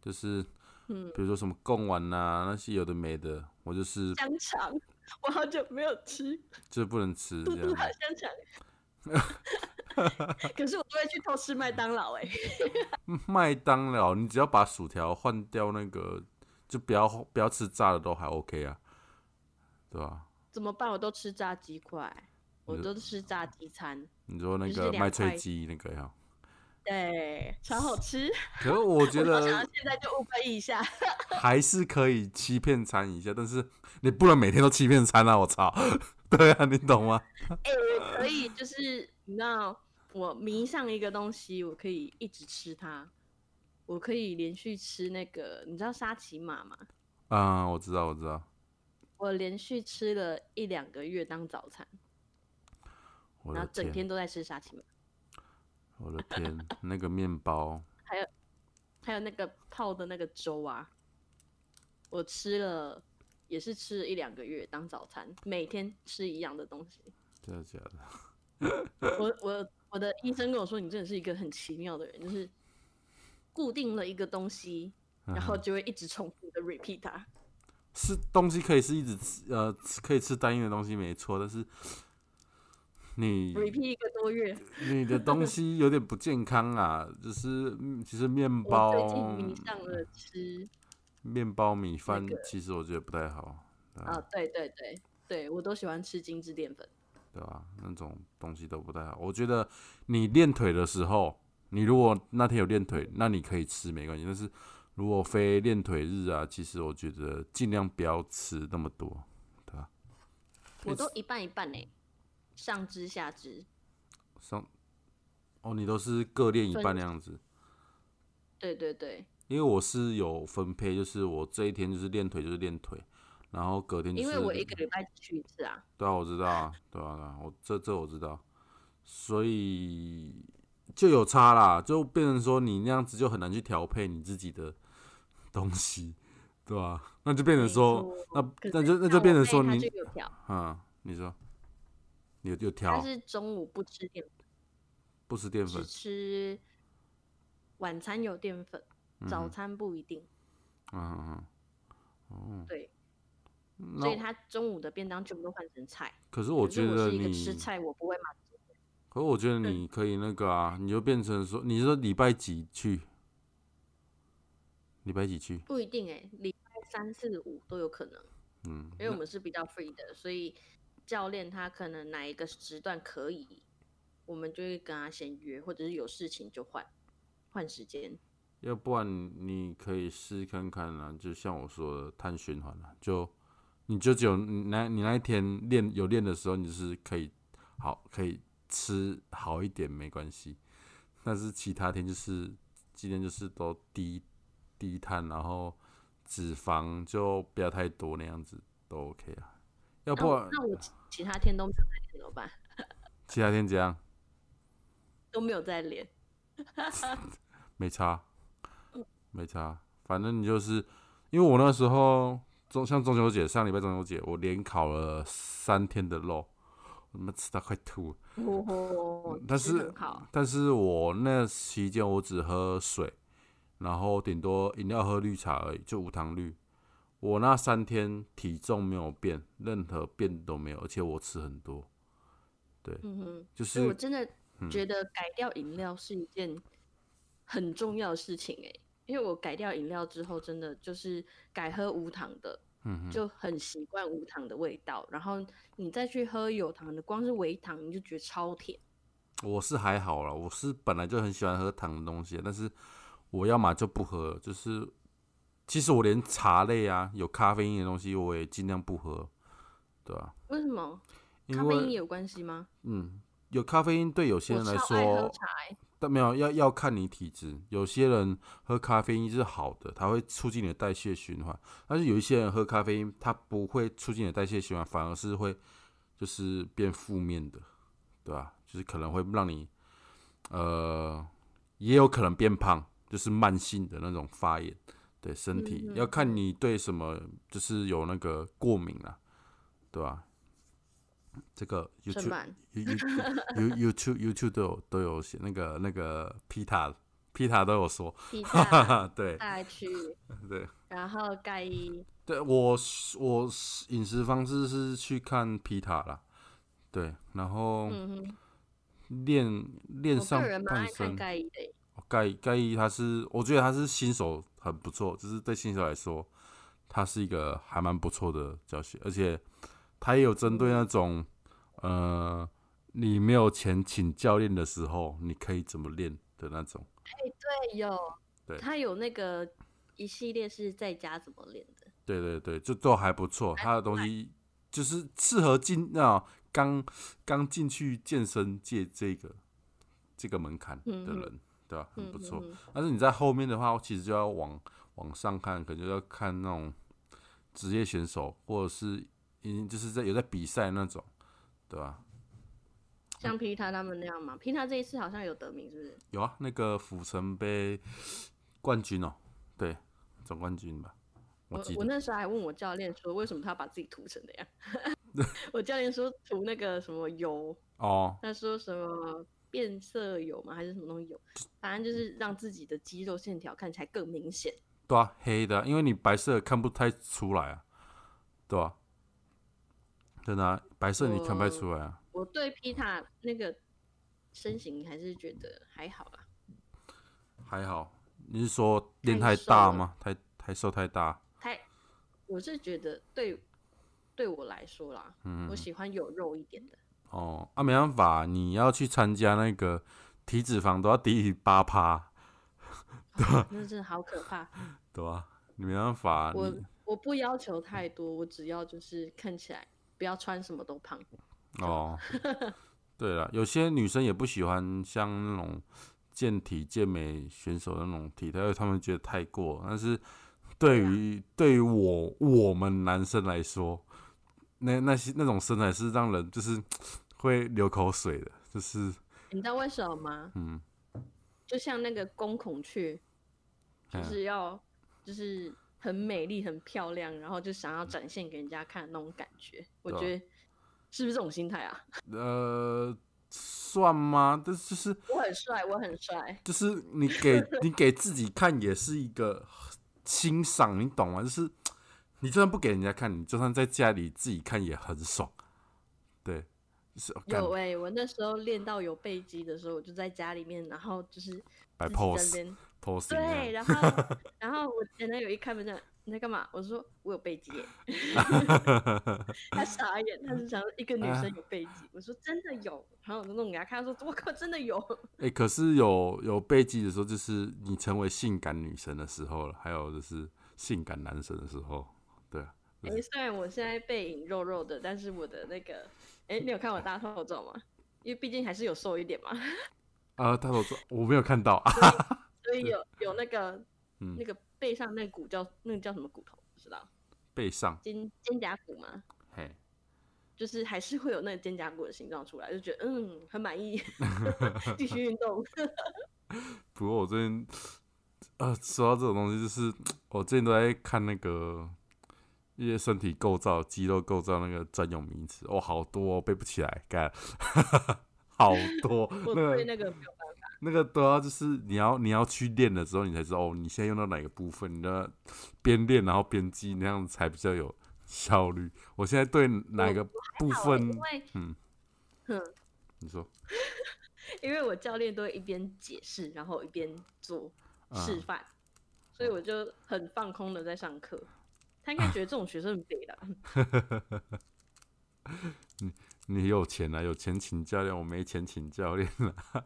S1: 就是，
S2: 嗯
S1: 比如说什么贡丸呐、那些有的没的，我就是
S2: 香肠，我好久没有吃
S1: 就是不能吃这
S2: 嘟
S1: 样
S2: 嘟
S1: 子。
S2: 好香肠。 可是我都会去偷吃麦当劳哎、
S1: 嗯麦当劳，你只要把薯条换掉那个，就不要不要吃炸的都还 OK 啊，对吧、
S2: 怎么办？我都吃炸鸡块，我
S1: 你
S2: 都吃炸鸡餐，
S1: 你说那
S2: 就是
S1: 个
S2: 两
S1: 麦脆
S2: 块
S1: 鸡那个呀，
S2: 对，超好吃。
S1: 可是我觉
S2: 我好想要
S1: 得
S2: 现在就误会一下，
S1: 还是可以欺骗餐一下，但是你不能每天都欺骗餐啊！我操， 对啊，你懂吗？
S2: 哎、我可以就是你知道，我迷上一个东西，我可以一直吃它，我可以连续吃那个，你知道沙琪玛吗？
S1: 嗯，我知道，我知道，
S2: 我连续吃了一两个月当早餐，
S1: 我
S2: 然
S1: 的
S2: 后整
S1: 天，
S2: 天都在吃沙琪玛，
S1: 我的天，那个面包，
S2: 还有那个泡的那个粥啊，我吃了也是吃了一两个月当早餐，每天吃一样的东西。
S1: 真的假的？
S2: 我我我的医生跟我说，你真的是一个很奇妙的人，就是固定了一个东西，然后就会一直重复的 repeat 它。
S1: 是东西可以是一直吃，呃，吃可以吃单一的东西没错，但是你
S2: repeat 一个多月，
S1: 你的东西有点不健康啊，就是嗯其实面
S2: 我
S1: 包、
S2: 最近迷上了吃
S1: 面包、米饭
S2: 个，
S1: 其实我觉得不太好，
S2: 啊，对对对对，我都喜欢吃精致淀粉。
S1: 对吧？那种东西都不太好。我觉得你练腿的时候，你如果那天有练腿，那你可以吃没关系，但是如果非练腿日啊，其实我觉得尽量不要吃那么多，对吧？
S2: 我都一半一半呢、上肢下肢，
S1: 上哦，你都是各练一
S2: 分
S1: 半那样子。
S2: 对对对，
S1: 因为我是有分配，就是我这一天就是练腿就是练腿，然后隔天就
S2: 因
S1: 是
S2: 为我一个礼拜只去一次啊，
S1: 对啊，我知道啊，对啊，对啊，我这这我知道，所以就有差啦，就变成说你那样子就很难去调配你自己的东西，对吧、啊那就变成说，那
S2: 可
S1: 那
S2: 是
S1: 就那就
S2: 像
S1: 变
S2: 我
S1: 成说
S2: 妹她
S1: 你
S2: 就，有调，
S1: 嗯，你说，有有
S2: 她
S1: 调，
S2: 是中午不吃淀粉，
S1: 不吃淀粉
S2: 只，吃晚餐有淀粉，早餐不一定。
S1: 嗯嗯嗯，
S2: 对，
S1: 哦，
S2: 所以
S1: 那
S2: 她中午的便当全部都换成菜。
S1: 可是我
S2: 可是
S1: 觉
S2: 我
S1: 得
S2: 是一
S1: 你
S2: 个吃菜嗯我不会满足，
S1: 可是我觉得你可以那个啊，你就变成说，你说礼拜几去？礼拜几去？
S2: 不一定哎、礼拜三四五都有可能，
S1: 嗯，
S2: 因为我们是比较 free 的，所以教练他可能哪一个时段可以，我们就会跟他先约，或者是有事情就换换时间。
S1: 要不然你可以试看看啊，就像我说的碳循环啊，就你就只有你那你那一天练有练的时候，你就是可以好可以吃好一点没关系，但是其他天就是今天就是都低低碳，然后脂肪就不要太多那样子都 OK 啊，要
S2: 那
S1: 不
S2: 我
S1: 然
S2: 哦那我其其他天都没有在练怎么办？
S1: 其他天怎样？
S2: 都没有在练，
S1: 没差，没差，反正你就是，因为我那时候中像中秋节上礼拜中秋节，我连烤了三天的肉，我他妈吃到快吐了。
S2: 哦
S1: 但
S2: 吃
S1: 是
S2: 很好，
S1: 但是我那期间我只喝水，然后顶多饮料喝绿茶而已，就无糖绿。我那三天体重没有变，任何变都没有，而且我吃很多，
S2: 嗯哼，
S1: 就
S2: 所以我
S1: 是嗯
S2: 真的觉得改掉饮料是一件很重要的事情哎、因为我改掉饮料之后，真的就是改喝无糖的，
S1: 嗯哼，
S2: 就很习惯无糖的味道，然后你再去喝有糖的，光是微糖你就觉得超甜。
S1: 我是还好啦，我是本来就很喜欢喝糖的东西，但是我要么就不喝，就是其实我连茶类啊有咖啡因的东西我也尽量不喝，对吧、
S2: 为什么？
S1: 因
S2: 咖啡因也
S1: 为
S2: 有关系吗？
S1: 嗯，有咖啡因对有些
S2: 我
S1: 人来
S2: 超爱喝
S1: 说，
S2: 茶欸、
S1: 但没有要要看你体质，有些人喝咖啡因是好的，它会促进你的代谢循环，但是有一些人喝咖啡因，它不会促进你的代谢循环，反而是会就是变负面的，对吧、就是可能会让你呃，也有可能变胖，就是慢性的那种发炎，对身体、
S2: 嗯嗯
S1: 要看你对什么就是有那个过敏啊，对吧、这个
S2: 怎
S1: YouTube
S2: 么办？
S1: You You You YouTube YouTube 都有都有写那个那个 Pita Pita 都有说，
S2: 地
S1: 哈哈
S2: 下
S1: 哈，对
S2: 带去，
S1: 对
S2: 然后盖伊
S1: 对，我是我是饮食方式是去看 Pita 啦，对，然后
S2: 嗯哼，
S1: 练练
S2: 我
S1: 上
S2: 个人蛮
S1: 半
S2: 爱看
S1: 身。
S2: 盖伊的欸、
S1: 哦盖盖伊他是，我觉得他是新手很不错，就是对新手来说，他是一个还蛮不错的教学，而且他也有针对那种，呃，你没有钱请教练的时候，你可以怎么练的那种。
S2: 对，有，
S1: 对
S2: 他有那个一系列是在家怎么练的，
S1: 对对对，就都还不错，他的东西就是适合进那刚刚进去健身界这个这个门槛的
S2: 嗯哼
S1: 人，对吧、很不错。
S2: 嗯嗯
S1: 但是你在后面的话，其实就要往往上看，可能就要看那种职业选手，或者是已经就是在有在比赛那种，对吧、
S2: 像皮塔他们那样嘛。皮塔这一次好像有得名，是不是？
S1: 有啊，那个府城杯冠军哦，对，总冠军吧，我
S2: 我
S1: 记
S2: 我
S1: 得。
S2: 那时候还问我教练说，为什么他把自己涂成那 样？ 我教练说涂那个什么油，
S1: 哦，
S2: 他说什么变色油嘛，还是什么东西油，反正就是让自己的肌肉线条看起来更明显。
S1: 对啊，黑的啊、因为你白色看不太出来啊，对吧、真的啊、白色你
S2: 哦
S1: 看不太出来啊。
S2: 我对皮塔那个身形还是觉得还好啦。
S1: 还好，你是说练太
S2: 太
S1: 大
S2: 瘦了
S1: 吗？太太瘦太大？
S2: 太，我是觉得对对我来说啦，
S1: 嗯
S2: 我喜欢有肉一点 的。
S1: 哦，啊，没办法，你要去参加那个体脂肪都要低于八趴，
S2: 哦那真的好可怕。
S1: 对吧、你没办法，
S2: 我
S1: 你
S2: 我不要求太多，我只要就是看起来不要穿什么都胖。
S1: 哦，对了，有些女生也不喜欢像那种健体健美选手那种体态，因为她们觉得太过。但是对
S2: 对啊
S1: 于对于我我们男生来说，那那些那种身材是让人就是会流口水的，就是
S2: 你知道为什么吗？
S1: 嗯，
S2: 就像那个公孔雀，就
S1: 嗯
S2: 是要就是很美丽、很漂亮，然后就想要展现给人家看的那种感觉。我
S1: 对啊
S2: 觉得是不是这种心态啊？
S1: 呃算吗？但是就是
S2: 我很帅，我很帅。
S1: 就是你 给你给自己看也是一个欣赏，你懂吗？就是你就算不给人家看，你就算在家里自己看也很爽。对，就是哦干
S2: 有哎、我那时候练到有背肌的时候，我就在家里面，然后就是
S1: 摆
S2: 自己在那
S1: pose
S2: 边
S1: pose
S2: 对，
S1: 一样
S2: 然后然后我前男友一开门讲你在干嘛？我说我有背肌耶，他傻眼，他是想说一个女生有背肌，我说真的有，然后我就弄给他看，他说我靠真的有，
S1: 哎、可是有有背肌的时候，就是你成为性感女神的时候了，还有就是性感男神的时候，对啊，
S2: 哎、虽然我现在背影肉肉的，但是我的那个哎、你有看我大头照吗？因为毕竟还是有瘦一点嘛，
S1: 啊，大头说我没有看到啊，
S2: 所以有有那个、
S1: 嗯
S2: 那个背上那骨叫那个叫什么骨头不知道
S1: 背上，
S2: 肩肩胛骨吗？
S1: 嘿，
S2: 就是还是会有那个肩胛骨的形状出来，就觉得嗯很满意，继续运动。
S1: 不过我最近，呃，说到这种东西，就是我最近都在看那个一些身体构造、肌肉构造那个专有名词，哦，好多、哦、背不起来，干， 好多
S2: 我
S1: 那
S2: 对
S1: 个
S2: 那个没有办法，
S1: 那个都要就是你要你要去练的时候，你才知道哦，你现在用到哪个部分，你都要边练然后边记，那样才比较有效率。我现在对哪个部分
S2: 因，为
S1: 嗯
S2: 哼，
S1: 你说
S2: 因为我教练都会一边解释，然后一边做
S1: 啊
S2: 示范，所以我就很放空的在上课。他应该觉得这种学生很 肥的，
S1: 你有钱啊，有钱请教练，我没钱请教练。
S2: 啊，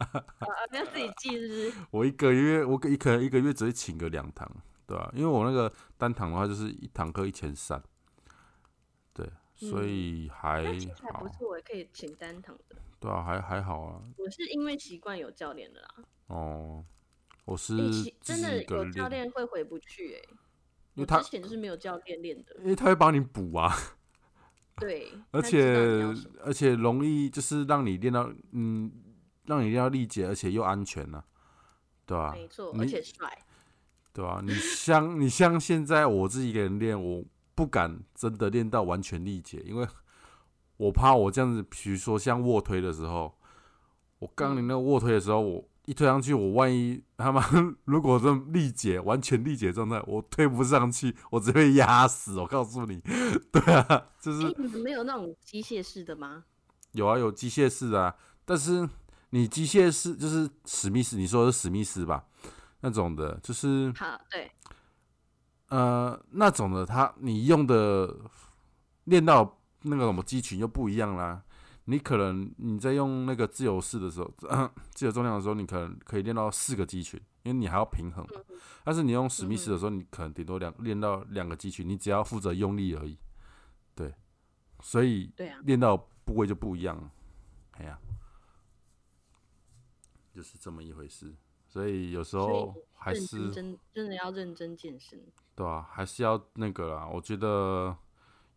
S2: 不要自己记是不是？
S1: 我一个月，我一可能一个月只会请个两堂，对吧、因为我那个单堂的话，就是一堂课一千三，对，所以还
S2: 嗯那其实还
S1: 好
S2: 不，错，我也可以请单堂的。
S1: 对啊，还还好啊。
S2: 我是因为习惯有教练的啦，
S1: 哦，我是
S2: 诶其
S1: 自
S2: 真的
S1: 己一个
S2: 有教
S1: 练，
S2: 练会回不去哎、
S1: 因为
S2: 我
S1: 他
S2: 之前就是没有教练练的，
S1: 因为他会帮你补啊，
S2: 对，
S1: 而
S2: 他知道你
S1: 且
S2: 要什么
S1: 而且容易就是让你练到嗯，让你练到力竭，而且又安全呢、对吧、
S2: 没错，
S1: 啊你
S2: 而且帅。
S1: 对啊，你像你像现在我自己一个人练，我不敢真的练到完全力竭，因为我怕我这样子，比如说像卧推的时候，我刚你那个卧推的时候，我一推上去，我万一他妈 如果这力竭完全力竭状态，我推不上去，我直接被压死。我告诉你， 对啊，就是
S2: 哎、你们没有那种机械式的吗？
S1: 有啊，有机械式的啊，但是你机械式就是史密斯，你说的是史密斯吧？那种的，就是
S2: 好，对，
S1: 呃，那种的它你用的练到那个什么肌群又不一样啦。你可能你在用那个自由式的时候， 自由重量的时候，你可能可以练到四个肌群，因为你还要平衡嗯嘛。但啊是你用史密斯的时候，你可能顶多两练到两个肌群，你只要负责用力而已。对，所以
S2: 对啊，
S1: 练到部位就不一样了。哎呀、就是这么一回事。所以有时候哦还
S2: 认
S1: 是
S2: 真真真的要认真健身。
S1: 对啊，还是要那个啦。我觉得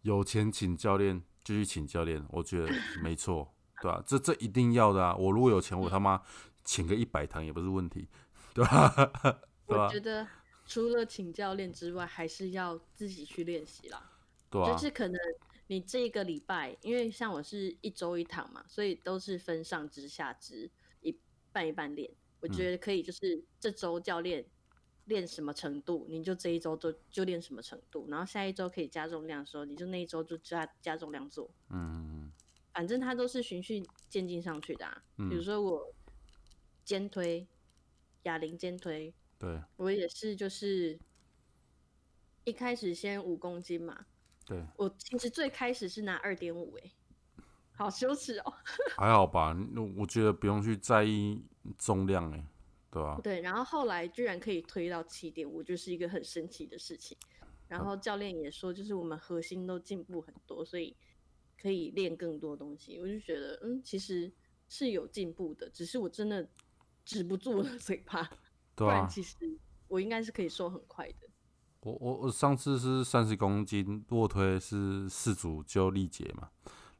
S1: 有钱请教练就去请教练，我 觉得没错，对啊，这这一定要的啊！我如果有钱，我他妈请个一百堂也不是问题，对吧、对啊吧、
S2: 我觉得除了请教练之外，还是要自己去练习啦。
S1: 对啊吧、
S2: 就是可能你这一个礼拜，因为像我是一周一堂嘛，所以都是分上肢、下肢一半一半练。
S1: 嗯
S2: 我觉得可以，就是这周教练练什么程度，你就这一周就就练什么程度，然后下一周可以加重量的时候，你就那一周就加加重量做。
S1: 嗯，
S2: 反正它都是循序渐进上去的啊。比如
S1: 嗯
S2: 说我肩推、哑铃肩推，
S1: 对
S2: 我也是，就是一开始先五公斤嘛，
S1: 对，
S2: 我其实最开始是拿二点五，哎，好羞耻哦。
S1: 还好吧。我我觉得不用去在意重量、欸，对吧、
S2: 对，然后后来居然可以推到七点五，就是一个很神奇的事情。然后教练也说，就是我们核心都进步很多，所以可以练更多东西。我就觉得，嗯，其实是有进步的，只是我真的止不住我的嘴巴，不
S1: 对
S2: 然
S1: 啊，
S2: 其实我应该是可以瘦很快的。
S1: 我我我上次是三十公斤卧推是四组就力竭嘛，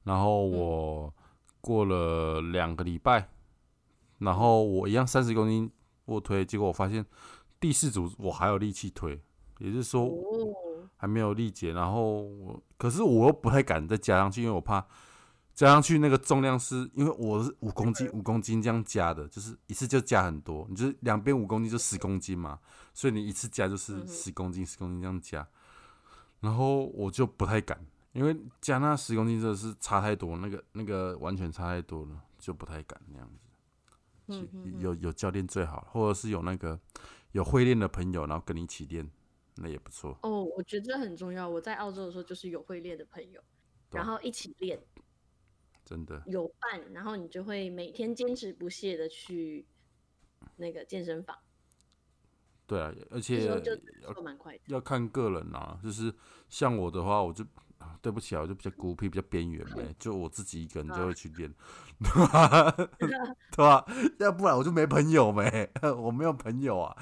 S1: 然后我过了两个礼拜，然后我一样三十公斤卧推，结果我发现第四组我还有力气推，也就是说
S2: 哦，
S1: 还没有力竭，然后我可是我又不太敢再加上去，因为我怕加上去那个重量是因为我是五公斤五公斤这样加的，就是一次就加很多，你就是两边五公斤就十公斤嘛，所以你一次加就是十公斤十公斤这样加，然后我就不太敢，因为加那十公斤真的是差太多，那个那个完全差太多了，就不太敢那样子。
S2: 嗯嗯嗯
S1: 有有教练最好，或者是有那个有会练的朋友，然后跟你一起练，那也不错。
S2: 哦，我觉得这很重要。我在澳洲的时候就是有会练的朋友，
S1: 对啊
S2: 然后一起练，
S1: 真的，
S2: 有伴，然后你就会每天坚持不懈的去那个健身房，
S1: 对啊，而
S2: 那
S1: 且
S2: 时候就瘦蛮快的。
S1: 要看个人啊，就是像我的话，我就啊对不起啊，我就比较孤僻，比较边缘呗，就我自己一个人就会去练， 对吧、要不然我就没朋友没， 我没有朋友啊，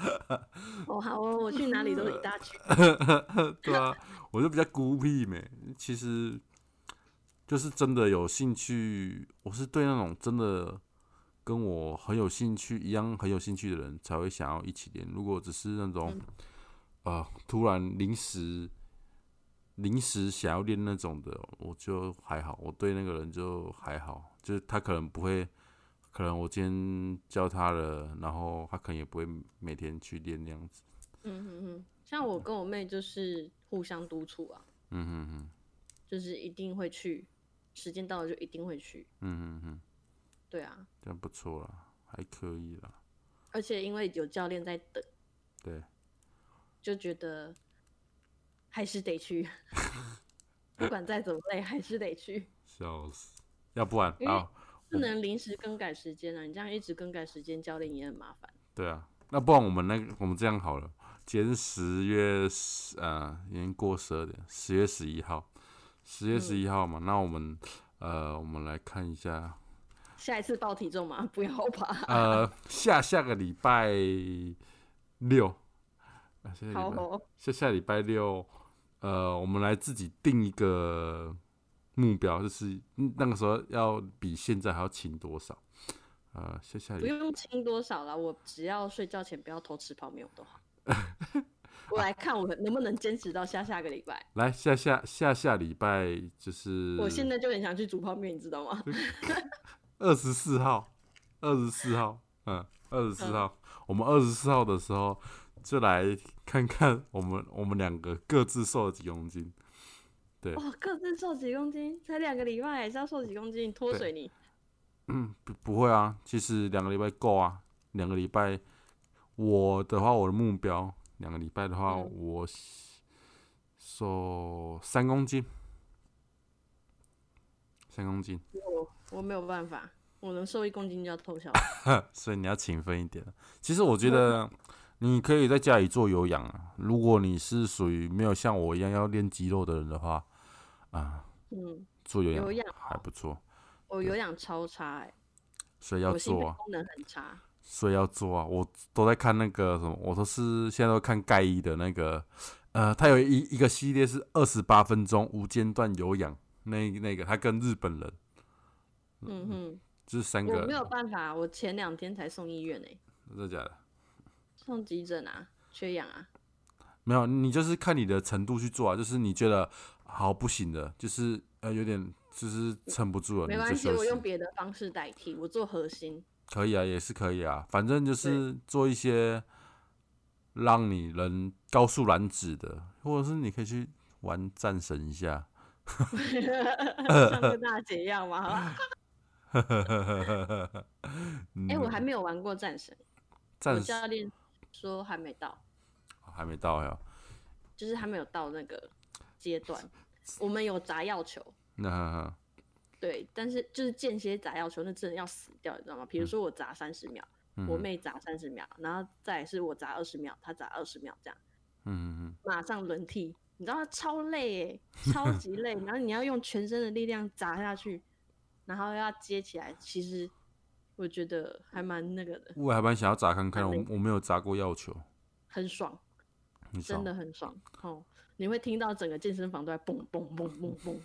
S2: 哦，好哦，我去哪里都一大 群。
S1: 对啊，我就比较孤僻没。其实就是真的有兴趣，我是对那种真的跟我很有兴趣一样很有兴趣的人才会想要一起练。如果只是那种啊、呃突然临时临时想要练那种的，我就还好，我对那个人就还好，就是他可能不会。可能我今天教他了，然后他可能也不会每天去练那样子。
S2: 嗯嗯嗯，像我跟我妹就是互相督促啊，
S1: 嗯哼哼，
S2: 就是一定会去，时间到了就一定会去。
S1: 嗯哼哼。
S2: 对啊，
S1: 这样不错啦，还可以啦。
S2: 而且因为有教练在等，
S1: 对，
S2: 就觉得还是得去， 不管再怎么累还是得去。
S1: 笑死，要不然
S2: 因为
S1: 啊，
S2: 不能临时更改时间啊！你这样一直更改时间，教练也很麻烦。
S1: 对啊，那不然我们那个我们这样好了，今天十月十呃，已经过十二点，十月十一号，十月十一号
S2: 嗯
S1: 嘛，那我们呃，我们来看一
S2: 啊
S1: 下，
S2: 下一次报体重吗？不要吧。
S1: 呃，下下个礼拜六，啊，下下
S2: 好
S1: 礼拜
S2: 哦，
S1: 下下礼拜六，呃，我们来自己定一个目标，就是嗯那个时候要比现在还要轻多少。呃，下下
S2: 不
S1: 礼
S2: 用轻多少啦，我只要睡觉前不要偷吃泡面，我都 好。我来看我能不能坚持到下下个礼拜。
S1: 来下下下下礼拜就是
S2: 我现在就很想去煮泡面，你知道吗？
S1: 二十四号，二十四号，嗯，二十四号，我们二十四号的时候就来看看我们我们两个各自瘦了几公斤。对
S2: 哇，哦各自瘦几公斤，才两个礼拜，还是要瘦几公斤？脱
S1: 对
S2: 水你
S1: 嗯，不不会啊，其实两个礼拜够啊。两个礼拜，我的话，我的目标，两个礼拜的话，
S2: 嗯
S1: 我是瘦三公斤，三公斤，
S2: 我我没有办法，我能瘦一公斤就要 偷笑。
S1: 所以你要勤奋一点。其实我觉得你可以在家里做有氧啊，如果你是属于没有像我一样要练肌肉的人的话，啊，
S2: 嗯，
S1: 做有氧
S2: 有氧
S1: 还不错，
S2: 我有氧超差哎、
S1: 所以要
S2: 我心肺
S1: 做啊，
S2: 功能很差。
S1: 所以要做啊。我都在看那个什么，我都是现在都看盖伊的那个，呃，他有一一个系列是二十八分钟无间断有氧，那那个他跟日本人
S2: 嗯哼，
S1: 就是三个
S2: 我
S1: 人
S2: 没有办法，我前两天才送医院哎、
S1: 真的假的？
S2: 送急诊啊，缺氧啊。
S1: 没有，你就是看你的程度去做啊。就是你觉得好不行的，就是呃有点就是撑不住了，
S2: 没
S1: 哦你
S2: 关
S1: 就
S2: 系，
S1: 休
S2: 我
S1: 息。
S2: 用别的方式代替，我做 核心。
S1: 可以啊，也是可以啊，反正就是做一些让你能高速燃脂的，或者是你可以去玩战神一下。
S2: 像个大姐一样嘛。 哎、
S1: 哎
S2: 我还没有玩过战神，我
S1: 战神
S2: 教练说还没到，
S1: 哦还没到呀，
S2: 就是还没有到那个阶段。我们有砸药球，
S1: 嗯那
S2: 对，但是就是间歇砸药球，那真的要死掉，你知道吗？比如说我砸三十秒，
S1: 嗯
S2: 我
S1: 哼
S2: 妹砸三十秒，然后再来是我砸二十秒，她砸二十秒，这样
S1: 嗯嗯
S2: 马上轮替，你知道超累 哎、超级累，然后你要用全身的力量砸下去，然后要接起来，其实我觉得还蛮那个的，
S1: 我还蛮想要砸看看，
S2: 还
S1: 我
S2: 没
S1: 我没有砸过药球，
S2: 很爽，
S1: 你知道
S2: 真的很爽哦。你会听到整个健身房都在蹦蹦蹦蹦蹦，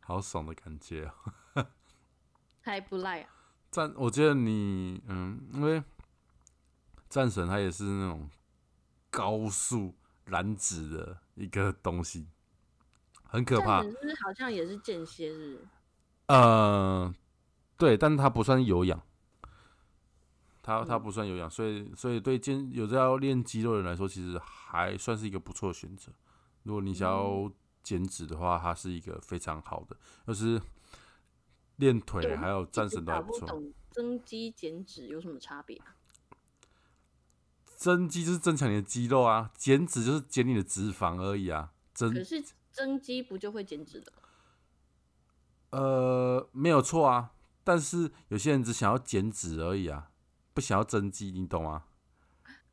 S1: 好爽的感觉、哦。
S2: 还不赖啊。
S1: 战，我觉得你，嗯，因为战神它也是那种高速燃脂的一个东西，很可怕
S2: 但。是不是好像也是间歇日？
S1: 呃，对，但是它不算有氧，它
S2: 嗯
S1: 它不算有氧，所以所以对健有的要练肌肉的人来说，其实还算是一个不错的选择。如果你想要
S2: 嗯
S1: 减脂的话，它是一个非常好的，就是练腿
S2: 对
S1: 还有战神都还
S2: 搞
S1: 不
S2: 不
S1: 错。
S2: 懂增肌减脂有什么差别啊？
S1: 增肌就是增强你的肌肉啊，减脂就是减你的脂肪而已啊。
S2: 可
S1: 增
S2: 是增肌不就会减脂的？
S1: 呃没有错啊，但是有些人只想要减脂而已啊，不想要增肌，你懂吗？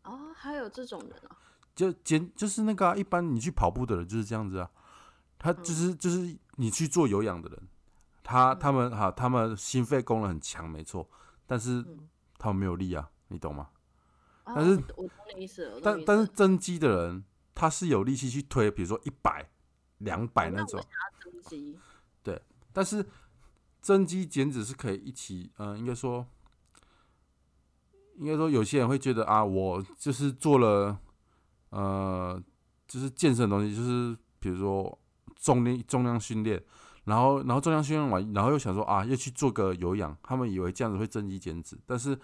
S2: 哦，还有这种人哦，
S1: 就减就是那个、啊，一般你去跑步的人就是这样子啊，他
S2: 嗯
S1: 就是就是你去做有氧的人，他他们哈、他们心肺功能很强，没错，但是
S2: 嗯
S1: 他们没有力啊，你懂吗？
S2: 哦
S1: 但是
S2: 我懂你意思了，我懂
S1: 但
S2: 你意
S1: 但
S2: 思
S1: 是
S2: 了
S1: 增肌的人，他是有力气去推，比如说一百、两百
S2: 哦
S1: 那
S2: 那我
S1: 种。
S2: 增肌
S1: 但是增肌减脂是可以一起，嗯、应该说，应该说有些人会觉得啊，我就是做了，呃，就是健身的东西，就是比如说重力重量训练，然后然后重量训练完，然后又想说啊，要去做个有氧，他们以为这样子会增肌减脂，但是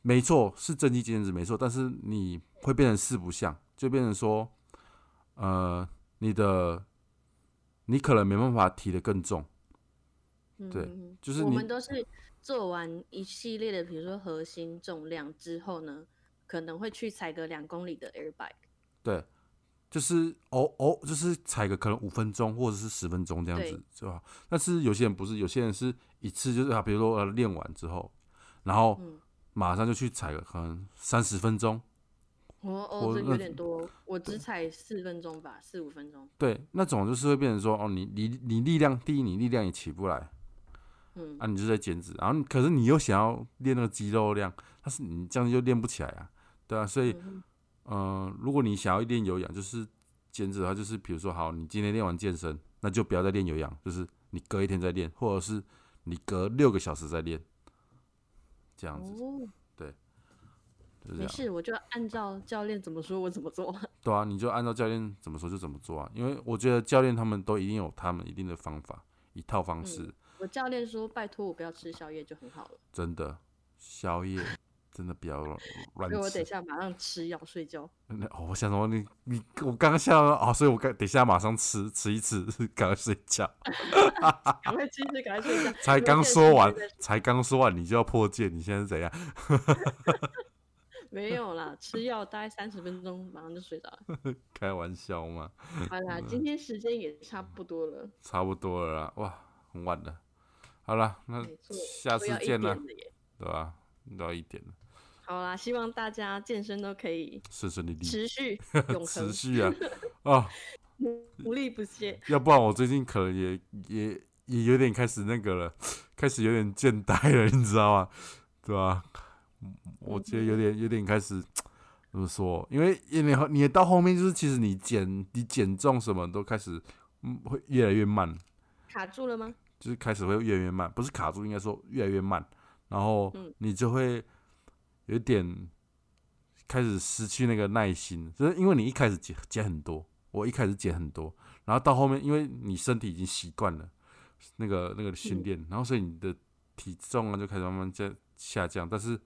S1: 没错是增肌减脂没错，但是你会变成四不像，就变成说，呃，你的你可能没办法提得更重，
S2: 嗯
S1: 对
S2: 嗯嗯
S1: 就是
S2: 我
S1: 你
S2: 们都是做完一系列的，比如说核心重量之后呢，可能会去踩个两公里的 air bike，
S1: 对，就是偶偶就是踩个可能五分钟或者是十分钟这样
S2: 对
S1: 子，是吧？但是有些人不是，有些人是一次就是啊，比如说呃练完之后，然后马上就去踩个可能三十分钟，
S2: 哦哦，
S1: 我
S2: 这
S1: 那
S2: 有点多，我只踩四分钟吧，四五分钟，
S1: 对，那种就是会变成说哦，你你你力量第一，你力量也起不来，
S2: 嗯
S1: 啊，你就在减脂，然后你可是你又想要练那个肌肉量，但是你这样就练不起来啊，对啊，所以
S2: 嗯
S1: 嗯，如果你想要练有氧，就是减脂的话，就是比如说，好，你今天练完健身，那就不要再练有氧，就是你隔一天再练，或者是你隔六个小时再练，这样子，
S2: 哦，
S1: 就是这
S2: 没
S1: 样。
S2: 事，我就按照教练怎么说我怎么做，
S1: 对啊，你就按照教练怎么说就怎么做啊，因为我觉得教练他们都一定有他们一定的方法，一套方式，啊
S2: 我教练说拜托我不要吃宵夜就很好了。
S1: 真的，宵夜真的不要乱
S2: 所以我
S1: 乱
S2: 等一
S1: 吃。
S2: 下马上吃药睡觉。
S1: 那哦，我想说你你我刚刚下到哦，所以我刚等一下马上吃吃一吃， 赶快睡 觉。
S2: 赶快吃吃，赶快睡觉。
S1: 才
S2: 有
S1: 刚
S2: 些人
S1: 说
S2: 是
S1: 完
S2: 觉得，
S1: 才刚说完你就要破戒，你现在是怎样？
S2: 没有啦，吃药大概三十分钟，马上就睡着了。
S1: 开玩笑嘛，
S2: 好啦，
S1: 嗯
S2: 今天时间也差不多了，
S1: 差不多了啦，哇，很晚了。好了，那
S2: 没错
S1: 嗯下
S2: 都
S1: 次
S2: 要一
S1: 见了，
S2: 点了耶。
S1: 对吧、都要一点了，
S2: 好啦，希望大家健身都可以
S1: 顺顺利利，
S2: 持续永
S1: 嗯持
S2: 恒，
S1: 续 啊，哦，
S2: 无力不懈。
S1: 要不然我最近可能也也也有点开始那个了， 开始有点倦怠了，你知道吗？ 对吧、嗯我觉得有点有点开始 怎么说？因为因为你到后面就是，其实你减你减重什么都开始，嗯，会越来越慢，
S2: 卡住了吗？
S1: 就是开始会越来越慢，不是卡住，应该说越来越慢，然后
S2: 嗯
S1: 你就会有点开始失去那个耐心，就是因为你一开始减减很多，我一开始减很多，然后到后面因为你身体已经习惯了那个那个
S2: 嗯
S1: 训练，然后所以你的体重啊就开始慢慢在下降，但是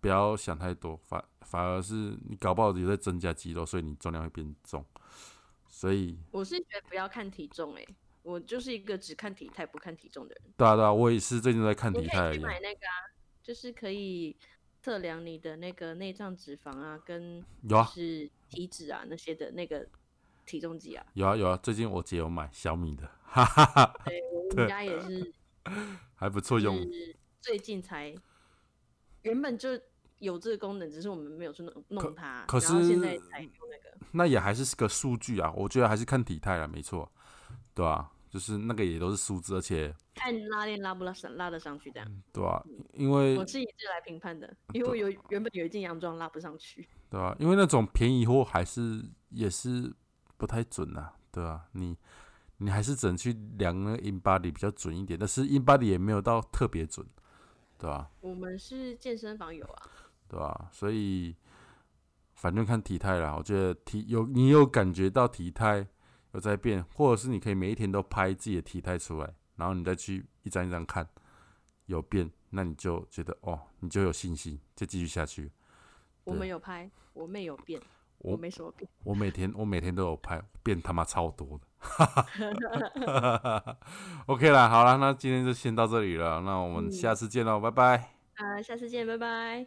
S1: 不要想太多，反反而是你搞不好有在增加肌肉，所以你重量会变重，所以
S2: 我是觉得不要看体重、欸，我就是一个只看体态不看体重的人。
S1: 对啊对啊，我也是最近在看
S2: 你
S1: 体态
S2: 可
S1: 而
S2: 以
S1: 已
S2: 去
S1: 啊。
S2: 买那个啊，就是可以测量你的那个内脏脂肪啊，跟
S1: 有啊
S2: 就是体脂啊那些的那个体重 计啊。
S1: 有啊有啊，最近我姐有买小米的，哈哈哈，
S2: 对，我
S1: 对
S2: 们家也是
S1: 还不错用。
S2: 是最近才，原本就有这个功能，只是我们没有去弄弄它，
S1: 可
S2: 然后现在
S1: 是
S2: 才用那个。
S1: 那也还是个数据啊，我觉得还是看体态啦，没错，对啊，就是那个也都是数字，而且
S2: 看拉链拉不拉上，拉得上去这样。
S1: 对啊，因为
S2: 我是以这来评判的，
S1: 啊
S2: 因为我有原本有一件洋装拉不上去，
S1: 对啊，因为那种便宜货还是也是不太准啊，对啊，你你还是只能去量那个 in body 比较准一点，但是 in body 也没有到特别准，对啊吧、
S2: 我们是健身房有啊，
S1: 对吧、所以反正看体态啦，我觉得体有你有感觉到体态有在变，或者是你可以每一天都拍自己的体态出来，然后你再去一张一张看有变，那你就觉得哦，你就有信心，再继续下去。
S2: 我
S1: 对
S2: 们有拍，我妹有变，
S1: 我
S2: 我没什么变。
S1: 我每天我每天都有拍，变他妈超多 的。 哈哈哈 OK 啦，好啦，那今天就先到这里了，那我们
S2: 嗯
S1: 下次见喽，拜拜。
S2: 啊，下次见，拜拜。